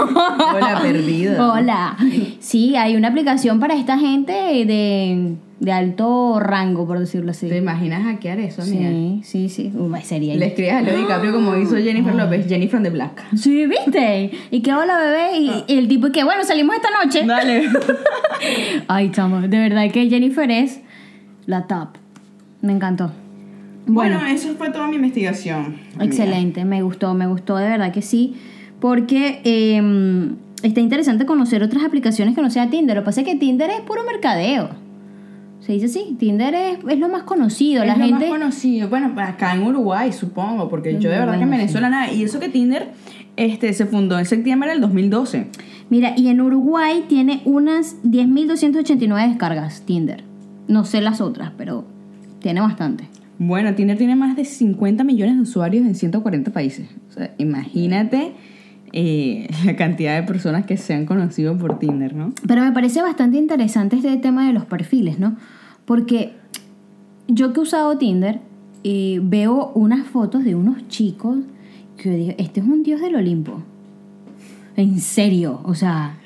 Speaker 2: Hola, perdido.
Speaker 1: Hola. Sí, hay una aplicación para esta gente de, de alto rango, por decirlo así.
Speaker 2: ¿Te imaginas hackear eso, amiga?
Speaker 1: Sí, sí, sí. Uy, sería
Speaker 2: Le escribes a Leo DiCaprio como hizo Jennifer
Speaker 1: Ah.
Speaker 2: López, Jenny from the Black.
Speaker 1: Sí, ¿viste? Y que hola bebé y, y el tipo y que bueno, salimos esta noche.
Speaker 2: Ah. Dale.
Speaker 1: Ay, chamo, de verdad que Jennifer es la top. Me encantó.
Speaker 2: bueno, eso fue toda mi investigación.
Speaker 1: Excelente, me gustó, me gustó, de verdad que sí. Porque eh, está interesante conocer otras aplicaciones que no sea Tinder. Lo que pasa es que Tinder es puro mercadeo. O Se dice así, Tinder es, es lo más conocido. la
Speaker 2: es
Speaker 1: gente.
Speaker 2: lo más conocido. Bueno, acá en Uruguay, supongo, porque yo de verdad que en
Speaker 1: Bueno,
Speaker 2: Venezuela nada. Y eso que Tinder este, se fundó en septiembre del 2012.
Speaker 1: Mira, y en Uruguay tiene unas 10.289 descargas Tinder. No sé las otras, pero tiene bastante.
Speaker 2: Bueno, Tinder tiene más de 50 millones de usuarios en 140 países. O sea, imagínate eh, la cantidad de personas que se han conocido por Tinder, ¿no?
Speaker 1: Pero me parece bastante interesante este tema de los perfiles, ¿no? Porque yo que he usado Tinder, eh, veo unas fotos de unos chicos que yo digo, este es un dios del Olimpo. En serio, o sea...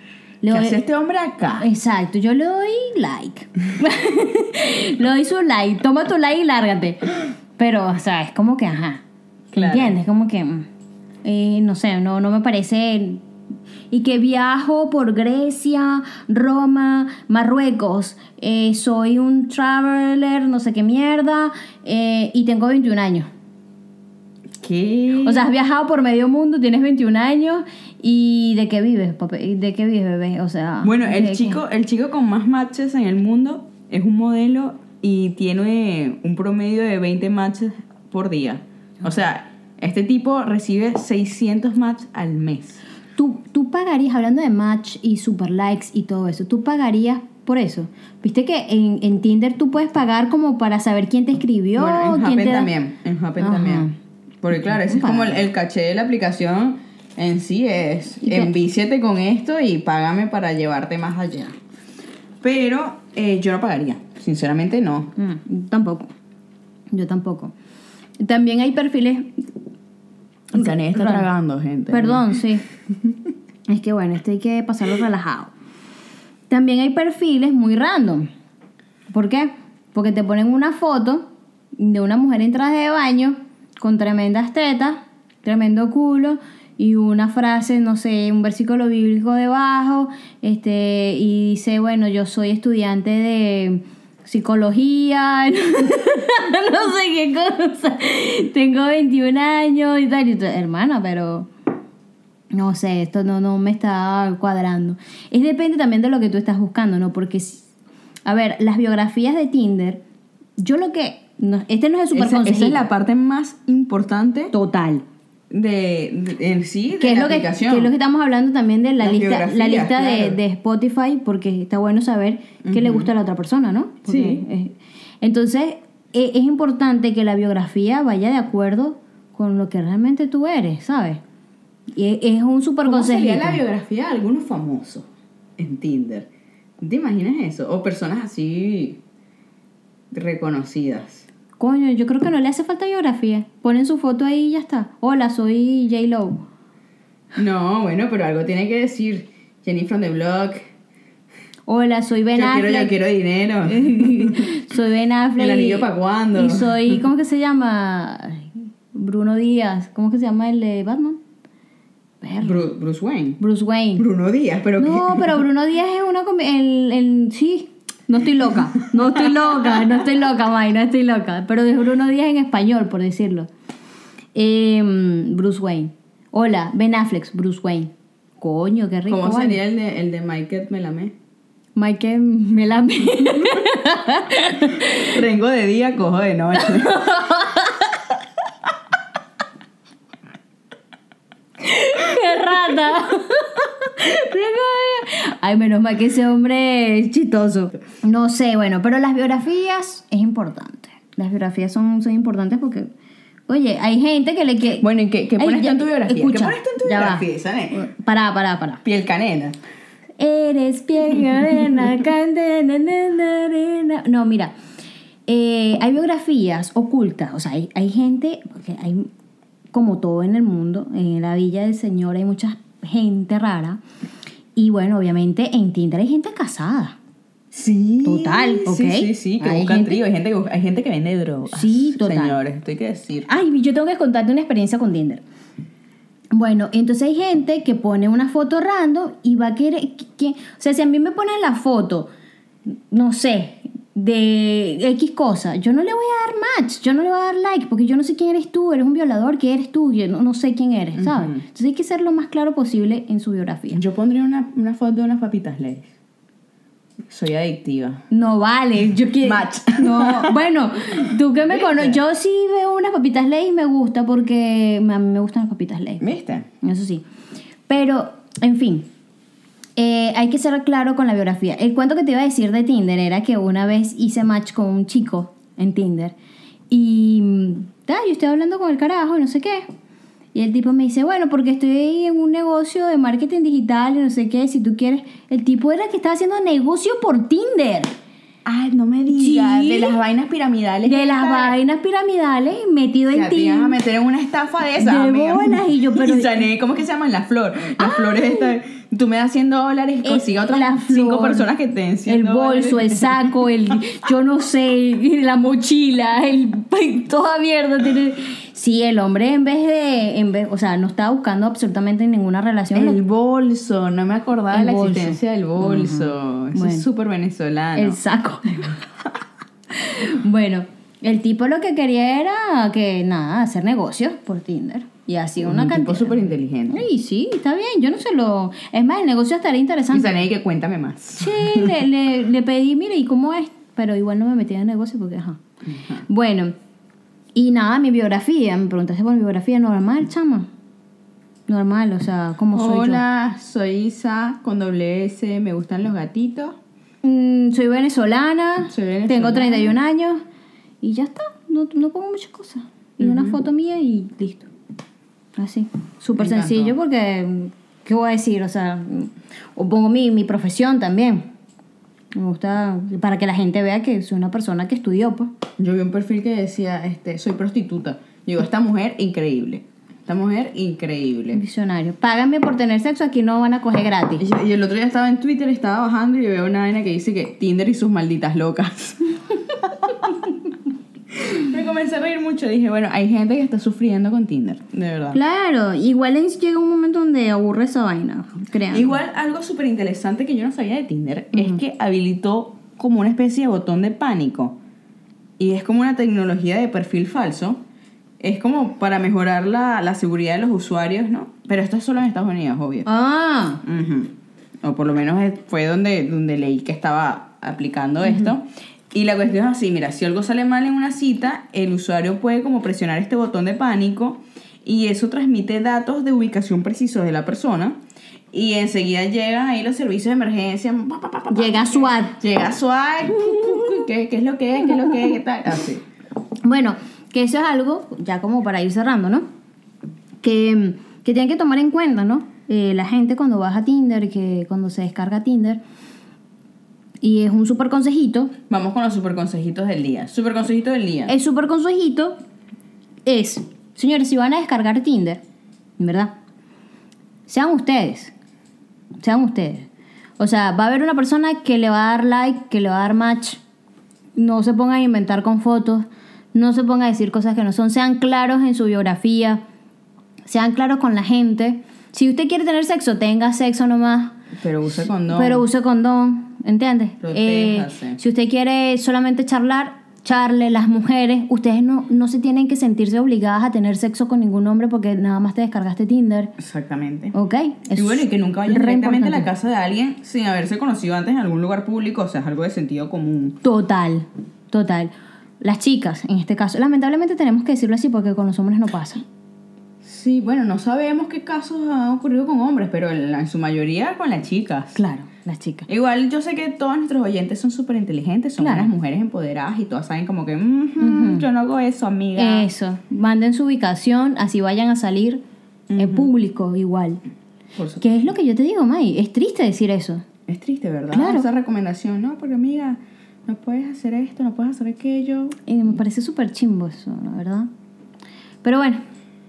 Speaker 1: le
Speaker 2: ¿Qué
Speaker 1: doy-
Speaker 2: hace este hombre acá?
Speaker 1: Ah, eh, Exacto, yo le doy like. le doy su like, toma tu like y lárgate. Pero, o sea, es como que, ajá.
Speaker 2: Claro.
Speaker 1: ¿Entiendes? Como que, mm, eh, no sé, no, no me parece... Y que viajo por Grecia, Roma, Marruecos. eh, soy un traveler, no sé qué mierda. eh, y tengo 21 años.
Speaker 2: ¿Qué?
Speaker 1: O sea, has viajado por medio mundo, tienes 21 años. ¿Y de qué vives, papá? ¿Y ¿De qué vives, bebé? O sea...
Speaker 2: bueno,
Speaker 1: ¿de
Speaker 2: el
Speaker 1: qué?
Speaker 2: chico, el chico con más matches en el mundo es un modelo y tiene un promedio de 20 matches por día. O sea, este tipo recibe 600 matches al mes.
Speaker 1: ¿Tú, tú pagarías, hablando de match y super likes y todo eso, tú pagarías por eso. Viste que en, en Tinder tú puedes pagar como para saber quién te escribió.
Speaker 2: bueno, en
Speaker 1: quién
Speaker 2: Happen
Speaker 1: te da-
Speaker 2: también, en Happen
Speaker 1: Ajá.
Speaker 2: también. Porque claro, ese es como el, el caché de la aplicación en sí es
Speaker 1: Y te-
Speaker 2: envíciate con esto y págame para llevarte más allá. Pero eh, yo no pagaría, sinceramente no.
Speaker 1: Mm, tampoco. Yo tampoco. También hay perfiles.
Speaker 2: Canet está
Speaker 1: Raro.
Speaker 2: tragando, gente.
Speaker 1: Perdón, sí. es que bueno, esto hay que pasarlo relajado. También hay perfiles muy random. ¿Por qué? Porque te ponen una foto de una mujer en traje de baño con tremendas tetas, tremendo culo y una frase, no sé, un versículo bíblico debajo, este y dice, bueno, yo soy estudiante de psicología, no sé qué cosa. Tengo 21 años y tal y tal. hermana, pero no sé, esto no, no me está cuadrando. Es depende también de lo que tú estás buscando, ¿no? Porque, si- a ver, las biografías de Tinder, yo lo que... no, este no es el
Speaker 2: Esa-
Speaker 1: super
Speaker 2: esa,
Speaker 1: consejito.
Speaker 2: es la parte más importante
Speaker 1: total.
Speaker 2: de, de- en sí de
Speaker 1: Que es,
Speaker 2: la
Speaker 1: lo que, que es
Speaker 2: aplicación.
Speaker 1: lo que estamos hablando también de la
Speaker 2: Las
Speaker 1: lista, la
Speaker 2: biografías,
Speaker 1: lista de-
Speaker 2: claro.
Speaker 1: de, Spotify, porque está bueno saber qué le gusta a la otra persona, ¿no? Porque,
Speaker 2: Sí.
Speaker 1: eh, entonces, e- es importante que la biografía vaya de acuerdo con lo que realmente tú eres, ¿sabes? Y e- es, un súper
Speaker 2: ¿Cómo
Speaker 1: consejito.
Speaker 2: sería la biografía de algunos famosos en Tinder? ¿Te imaginas eso? O personas así reconocidas.
Speaker 1: Coño, yo creo que no le hace falta biografía. Ponen su foto ahí y ya está. Hola, soy J. Lo.
Speaker 2: No, bueno, pero algo tiene que decir Jenny from the Block.
Speaker 1: Hola, soy Ben
Speaker 2: Yo quiero, yo
Speaker 1: Affleck.
Speaker 2: quiero dinero.
Speaker 1: soy Ben Affleck.
Speaker 2: El anillo
Speaker 1: y-
Speaker 2: pa' cuándo.
Speaker 1: Y soy, ¿cómo que se llama? Ay, Bruno Díaz. ¿Cómo que se llama el de Batman? Perro.
Speaker 2: Bru- Bruce Wayne.
Speaker 1: Bruce Wayne.
Speaker 2: Bruno Díaz, pero que-
Speaker 1: No, pero Bruno Díaz es una... combi- El, el, sí, no estoy loca. No estoy loca, no estoy loca, May, no estoy loca. Pero es Bruno Díaz en español, por decirlo. Em, Bruce Wayne. Hola, Ben Affleck, Bruce Wayne. Coño, qué rico.
Speaker 2: ¿Cómo
Speaker 1: vale.
Speaker 2: sería el de, el de Michael Melamé?
Speaker 1: Michael Melame.
Speaker 2: Rengo de día, cojo de noche.
Speaker 1: ¡Qué rata! Ay, menos mal que ese hombre es chistoso. No sé, bueno, pero las biografías es importante. Las biografías son, son importantes porque, oye, hay gente que le quiere...
Speaker 2: Bueno, ¿y qué, qué
Speaker 1: Ay,
Speaker 2: pones tú
Speaker 1: ya-
Speaker 2: en tu biografía?
Speaker 1: escucha,
Speaker 2: ¿Qué pones tú en tu
Speaker 1: ya va.
Speaker 2: biografía? ¿Sabes?
Speaker 1: Pará, pará, pará.
Speaker 2: Piel canela.
Speaker 1: Eres piel de arena, cante, na, na, na, na, na. No, mira. eh, hay biografías ocultas. O sea, hay, hay gente, porque hay, como todo en el mundo, en la Villa del Señor hay mucha gente rara. Y bueno, obviamente en Tinder hay gente casada.
Speaker 2: Sí.
Speaker 1: Total, ok.
Speaker 2: Sí, sí, sí, que
Speaker 1: Hay
Speaker 2: buscan
Speaker 1: gente-
Speaker 2: trío, hay gente, que, busca- hay gente que vende drogas.
Speaker 1: Sí, total.
Speaker 2: Señores, esto hay que decir.
Speaker 1: Ay, yo tengo que contarte una experiencia con Tinder. Bueno, entonces hay gente que pone una foto random y va a querer. que- que- o sea, si a mí me ponen la foto, no sé, de X cosa, yo no le voy a dar match, yo no le voy a dar like, porque yo no sé quién eres tú, eres un violador, ¿qué eres tú? Yo no, no sé quién eres, ¿sabes? Entonces hay que ser lo más claro posible en su biografía.
Speaker 2: Yo pondría una, una foto de unas papitas leyes. Soy adictiva.
Speaker 1: No vale, yo quiero.
Speaker 2: Match.
Speaker 1: No, bueno, tú que me conoces. Yo sí veo unas papitas ley y me gusta porque a mí me gustan las papitas ley.
Speaker 2: ¿Viste?
Speaker 1: Eso sí. Pero, en fin, eh, hay que ser claro con la biografía. El cuento que te iba a decir de Tinder era que una vez hice match con un chico en Tinder. Y, mm, ta, yo estoy hablando con el carajo, no sé qué. Y el tipo me dice, bueno, porque estoy en un negocio de marketing digital y no sé qué, si tú quieres. El tipo era el que estaba haciendo negocio por Tinder.
Speaker 2: Ay, no me
Speaker 1: digas, de las
Speaker 2: vainas piramidales.
Speaker 1: De las vainas piramidales metido en
Speaker 2: Ya te ibas a
Speaker 1: Tinder.
Speaker 2: meter en una estafa de esas,
Speaker 1: De
Speaker 2: amiga.
Speaker 1: bolas, y yo, pero-
Speaker 2: Sané, ¿cómo es que se llaman? Las flor. Las flores estas. Tú me das 100 dólares y
Speaker 1: Eh,
Speaker 2: consigue otras
Speaker 1: la
Speaker 2: cinco
Speaker 1: flor,
Speaker 2: personas que te den 100
Speaker 1: El bolso, el
Speaker 2: dólares.
Speaker 1: saco, el yo no sé, la mochila, el toda mierda tiene. Sí, el hombre en vez de en vez, o sea, no estaba buscando absolutamente ninguna relación.
Speaker 2: El bolso, no me acordaba de
Speaker 1: El
Speaker 2: la
Speaker 1: bolso.
Speaker 2: existencia del bolso. Eso
Speaker 1: Bueno.
Speaker 2: es súper venezolano.
Speaker 1: El saco. bueno, el tipo lo que quería era que nada, hacer negocios por Tinder y así una
Speaker 2: Un tipo
Speaker 1: cantidad.
Speaker 2: súper inteligente.
Speaker 1: Ay, sí, está bien, yo no se lo es más el negocio estaría
Speaker 2: Y
Speaker 1: interesante.
Speaker 2: Sané, que cuéntame más.
Speaker 1: Sí, le, le- le pedí, mire, ¿y cómo es? Pero igual no me metí en el negocio porque, ajá. Bueno, y nada, mi biografía. Me preguntaste por mi biografía normal, chama. Normal, o sea, ¿cómo soy
Speaker 2: Hola, soy Isa con doble S. Me gustan los
Speaker 1: yo?
Speaker 2: gatitos.
Speaker 1: Mm, soy venezolana,
Speaker 2: Soy venezolana.
Speaker 1: tengo 31 años y ya está. No, no pongo muchas cosas. Y una foto mía y listo. Así. Súper
Speaker 2: Me encantó.
Speaker 1: sencillo porque, mm, ¿qué voy a decir? O sea, mm, o pongo mi, mi profesión también. Me gusta para que la gente vea que soy una persona que estudió, pues.
Speaker 2: Yo vi un perfil que decía, este, soy prostituta. Digo, esta mujer increíble. Esta mujer increíble.
Speaker 1: Visionario. Págame por tener sexo, aquí no van a coger gratis.
Speaker 2: Y y el otro día estaba en Twitter, estaba bajando y veo una vaina que dice que Tinder y sus malditas locas. Me comencé a reír mucho. Dije, bueno, hay gente que está sufriendo con Tinder, de verdad.
Speaker 1: Claro, igual en- llega un momento donde aburre esa vaina, crean.
Speaker 2: Igual algo súper interesante que yo no sabía de Tinder es que habilitó como una especie de botón de pánico. Y es como una tecnología de perfil falso. Es como para mejorar la, la seguridad de los usuarios, ¿no? Pero esto es solo en Estados Unidos, obvio.
Speaker 1: Ah,
Speaker 2: Ujú. O por lo menos es- fue donde, donde leí que estaba aplicando esto. Y la cuestión es así, mira, si algo sale mal en una cita, el usuario puede como presionar este botón de pánico y eso transmite datos de ubicación precisos de la persona y enseguida llegan ahí los servicios de emergencia. pa, pa, pa, pa, pa.
Speaker 1: llega SWAT.
Speaker 2: Llega suave, cu, cu, cu, ¿qué, qué es lo que es? ¿Qué es lo que es? ¿Qué tal? Así.
Speaker 1: Bueno, que eso es algo, ya como para ir cerrando, ¿no? Que, que tienen que tomar en cuenta, ¿no? Eh, la gente cuando baja Tinder, que cuando se descarga Tinder, y es un súper consejito,
Speaker 2: Vamos con los super consejitos del día. Super consejito del día.
Speaker 1: El super consejito es, señores, si van a descargar Tinder, en ¿verdad? Sean ustedes. Sean ustedes. O sea, va a haber una persona que le va a dar like, que le va a dar match. No se pongan a inventar con fotos. No se pongan a decir cosas que no son. Sean claros en su biografía. Sean claros con la gente. Si usted quiere tener sexo, tenga sexo nomás.
Speaker 2: Pero usa condón.
Speaker 1: Pero use condón, ¿entiendes? Eh,
Speaker 2: Protéjase.
Speaker 1: si usted quiere solamente charlar, charle. Las mujeres, ustedes no, no se tienen que sentirse obligadas a tener sexo con ningún hombre porque nada más te descargaste Tinder.
Speaker 2: Exactamente.
Speaker 1: ¿Ok?
Speaker 2: y bueno, y que nunca vayan
Speaker 1: re
Speaker 2: directamente a la
Speaker 1: importante.
Speaker 2: casa de alguien sin haberse conocido antes en algún lugar público, o sea, es algo de sentido común.
Speaker 1: Total, total. Las chicas, en este caso, lamentablemente tenemos que decirlo así porque con los hombres no pasa.
Speaker 2: Sí, bueno, no sabemos qué casos han ocurrido con hombres, pero en, la- en su mayoría con las chicas.
Speaker 1: Claro, las chicas.
Speaker 2: Igual yo sé que todos nuestros oyentes son súper inteligentes, son
Speaker 1: Claro.
Speaker 2: unas mujeres empoderadas y todas saben como que, "Mhm, yo no hago eso, amiga.
Speaker 1: Eso, manden su ubicación, así vayan a salir en público igual.
Speaker 2: Por su-
Speaker 1: ¿Qué es lo que yo te digo, May? Es triste decir eso.
Speaker 2: Es triste, ¿verdad?
Speaker 1: Claro.
Speaker 2: Esa recomendación, ¿no? Porque, amiga, no puedes hacer esto, no puedes hacer aquello.
Speaker 1: Y me parece súper chimbo eso, la verdad. Pero bueno,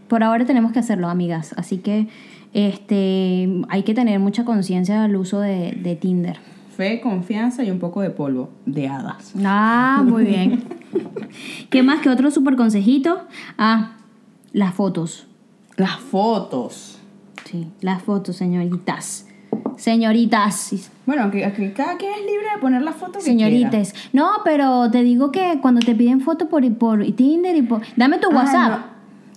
Speaker 1: por ahora tenemos que hacerlo, amigas. Así que este hay que tener mucha conciencia al uso de, de Tinder.
Speaker 2: Fe, confianza y un poco de polvo, de hadas.
Speaker 1: Ah, muy bien. ¿Qué más que otro súper consejito? Ah, las fotos.
Speaker 2: Las fotos.
Speaker 1: Sí, las fotos, señoritas. Señoritas.
Speaker 2: Bueno, aquí, aquí cada quien es libre de poner la foto que quiera.
Speaker 1: Señorites. No, pero te digo que cuando te piden fotos por, por Tinder y por... Dame tu
Speaker 2: Ah,
Speaker 1: WhatsApp.
Speaker 2: no.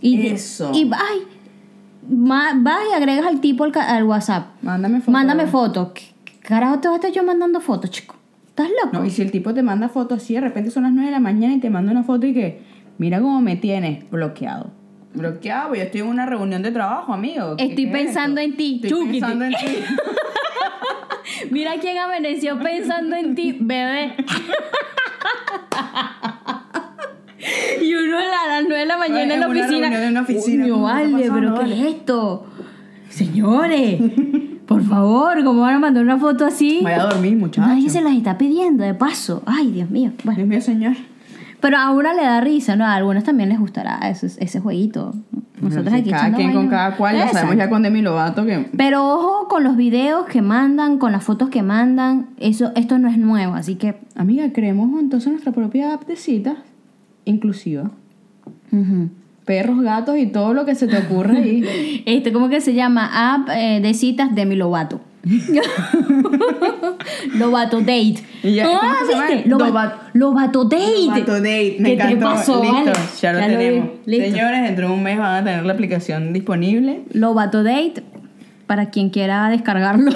Speaker 1: Y,
Speaker 2: Eso.
Speaker 1: Y, ay, ma- vas y agregas al tipo al, ca- al WhatsApp.
Speaker 2: Mándame foto.
Speaker 1: Mándame fotos. ¿Qué qué carajo te vas a estar yo mandando fotos, chico? ¿Estás loco?
Speaker 2: No, y si el tipo te manda fotos así, de repente son las 9 de la mañana y te manda una foto y que, mira cómo me tienes, bloqueado. Bloqueado, pues yo estoy en una reunión de trabajo, amigo. ¿Qué-
Speaker 1: Estoy
Speaker 2: qué es
Speaker 1: pensando
Speaker 2: esto?
Speaker 1: en ti,
Speaker 2: Estoy
Speaker 1: chúquete.
Speaker 2: pensando en ti.
Speaker 1: Mira quién amaneció pensando en ti, bebé. Y uno a la- a las 9 de la mañana
Speaker 2: En
Speaker 1: en la
Speaker 2: una
Speaker 1: oficina.
Speaker 2: reunión en una oficina,
Speaker 1: Coño,
Speaker 2: ¿cómo está
Speaker 1: vale,
Speaker 2: pasando,
Speaker 1: pero ¿qué
Speaker 2: vale?
Speaker 1: es esto? Señores, por favor, ¿cómo van a mandar una foto así?
Speaker 2: Voy a dormir, muchachos.
Speaker 1: Nadie se las está pidiendo, de paso. Ay, Dios mío. Bueno,
Speaker 2: Dios mío, señor.
Speaker 1: pero a una le da risa, ¿no? A algunos también les gustará ese, ese jueguito. Nosotros
Speaker 2: Bueno, sí,
Speaker 1: aquí
Speaker 2: Cada
Speaker 1: echando
Speaker 2: quien con
Speaker 1: vaina.
Speaker 2: cada cual, ya sabemos
Speaker 1: Exacto.
Speaker 2: ya con Demi Lovato que...
Speaker 1: Pero ojo con los videos que mandan, con las fotos que mandan. Eso, esto no es nuevo, así que.
Speaker 2: Amiga, creemos entonces nuestra propia app de citas inclusiva.
Speaker 1: ujú.
Speaker 2: Perros, gatos y todo lo que se te ocurre ahí.
Speaker 1: Este, ¿cómo que se llama? App eh, de citas de mi Lobato. Lobato Date.
Speaker 2: Y ya, ¿cómo que se llama?
Speaker 1: ¿viste? Loba-
Speaker 2: Dobat-
Speaker 1: Lobato Date.
Speaker 2: Tomato date, me
Speaker 1: ¿Qué
Speaker 2: encantó.
Speaker 1: te pasó,
Speaker 2: Listo,
Speaker 1: vale?
Speaker 2: ya lo
Speaker 1: Ya lo vi.
Speaker 2: tenemos.
Speaker 1: Listo.
Speaker 2: Señores, dentro de un mes van a tener la aplicación disponible.
Speaker 1: Lobato Date, para quien quiera descargarlo.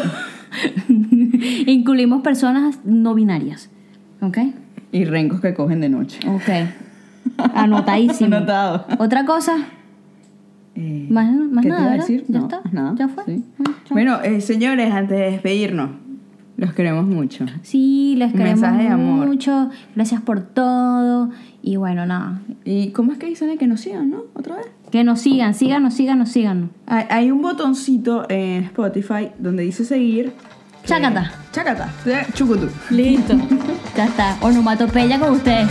Speaker 1: Incluimos personas no binarias. ¿Ok?
Speaker 2: Y rencos que cogen de noche.
Speaker 1: Ok. Anotadísimo.
Speaker 2: Anotado.
Speaker 1: Otra cosa.
Speaker 2: Eh,
Speaker 1: Más, más nada,
Speaker 2: ¿Qué te iba a
Speaker 1: ¿verdad?
Speaker 2: decir?
Speaker 1: Ya
Speaker 2: No,
Speaker 1: está.
Speaker 2: nada,
Speaker 1: Ya fue.
Speaker 2: sí.
Speaker 1: Ah, chao.
Speaker 2: Bueno, eh, señores, antes de despedirnos, los queremos mucho.
Speaker 1: Sí, les
Speaker 2: Un
Speaker 1: queremos
Speaker 2: mensaje de amor.
Speaker 1: mucho. Gracias por todo. Y bueno, nada.
Speaker 2: ¿Y cómo es que dicen de que nos sigan, no? ¿Otra vez?
Speaker 1: Que nos sigan, síganos, síganos, síganos.
Speaker 2: Hay, hay un botoncito en Spotify donde dice seguir.
Speaker 1: Chácata.
Speaker 2: Chacata. Chucutú.
Speaker 1: Listo. ya está. Onomatopeya con ustedes.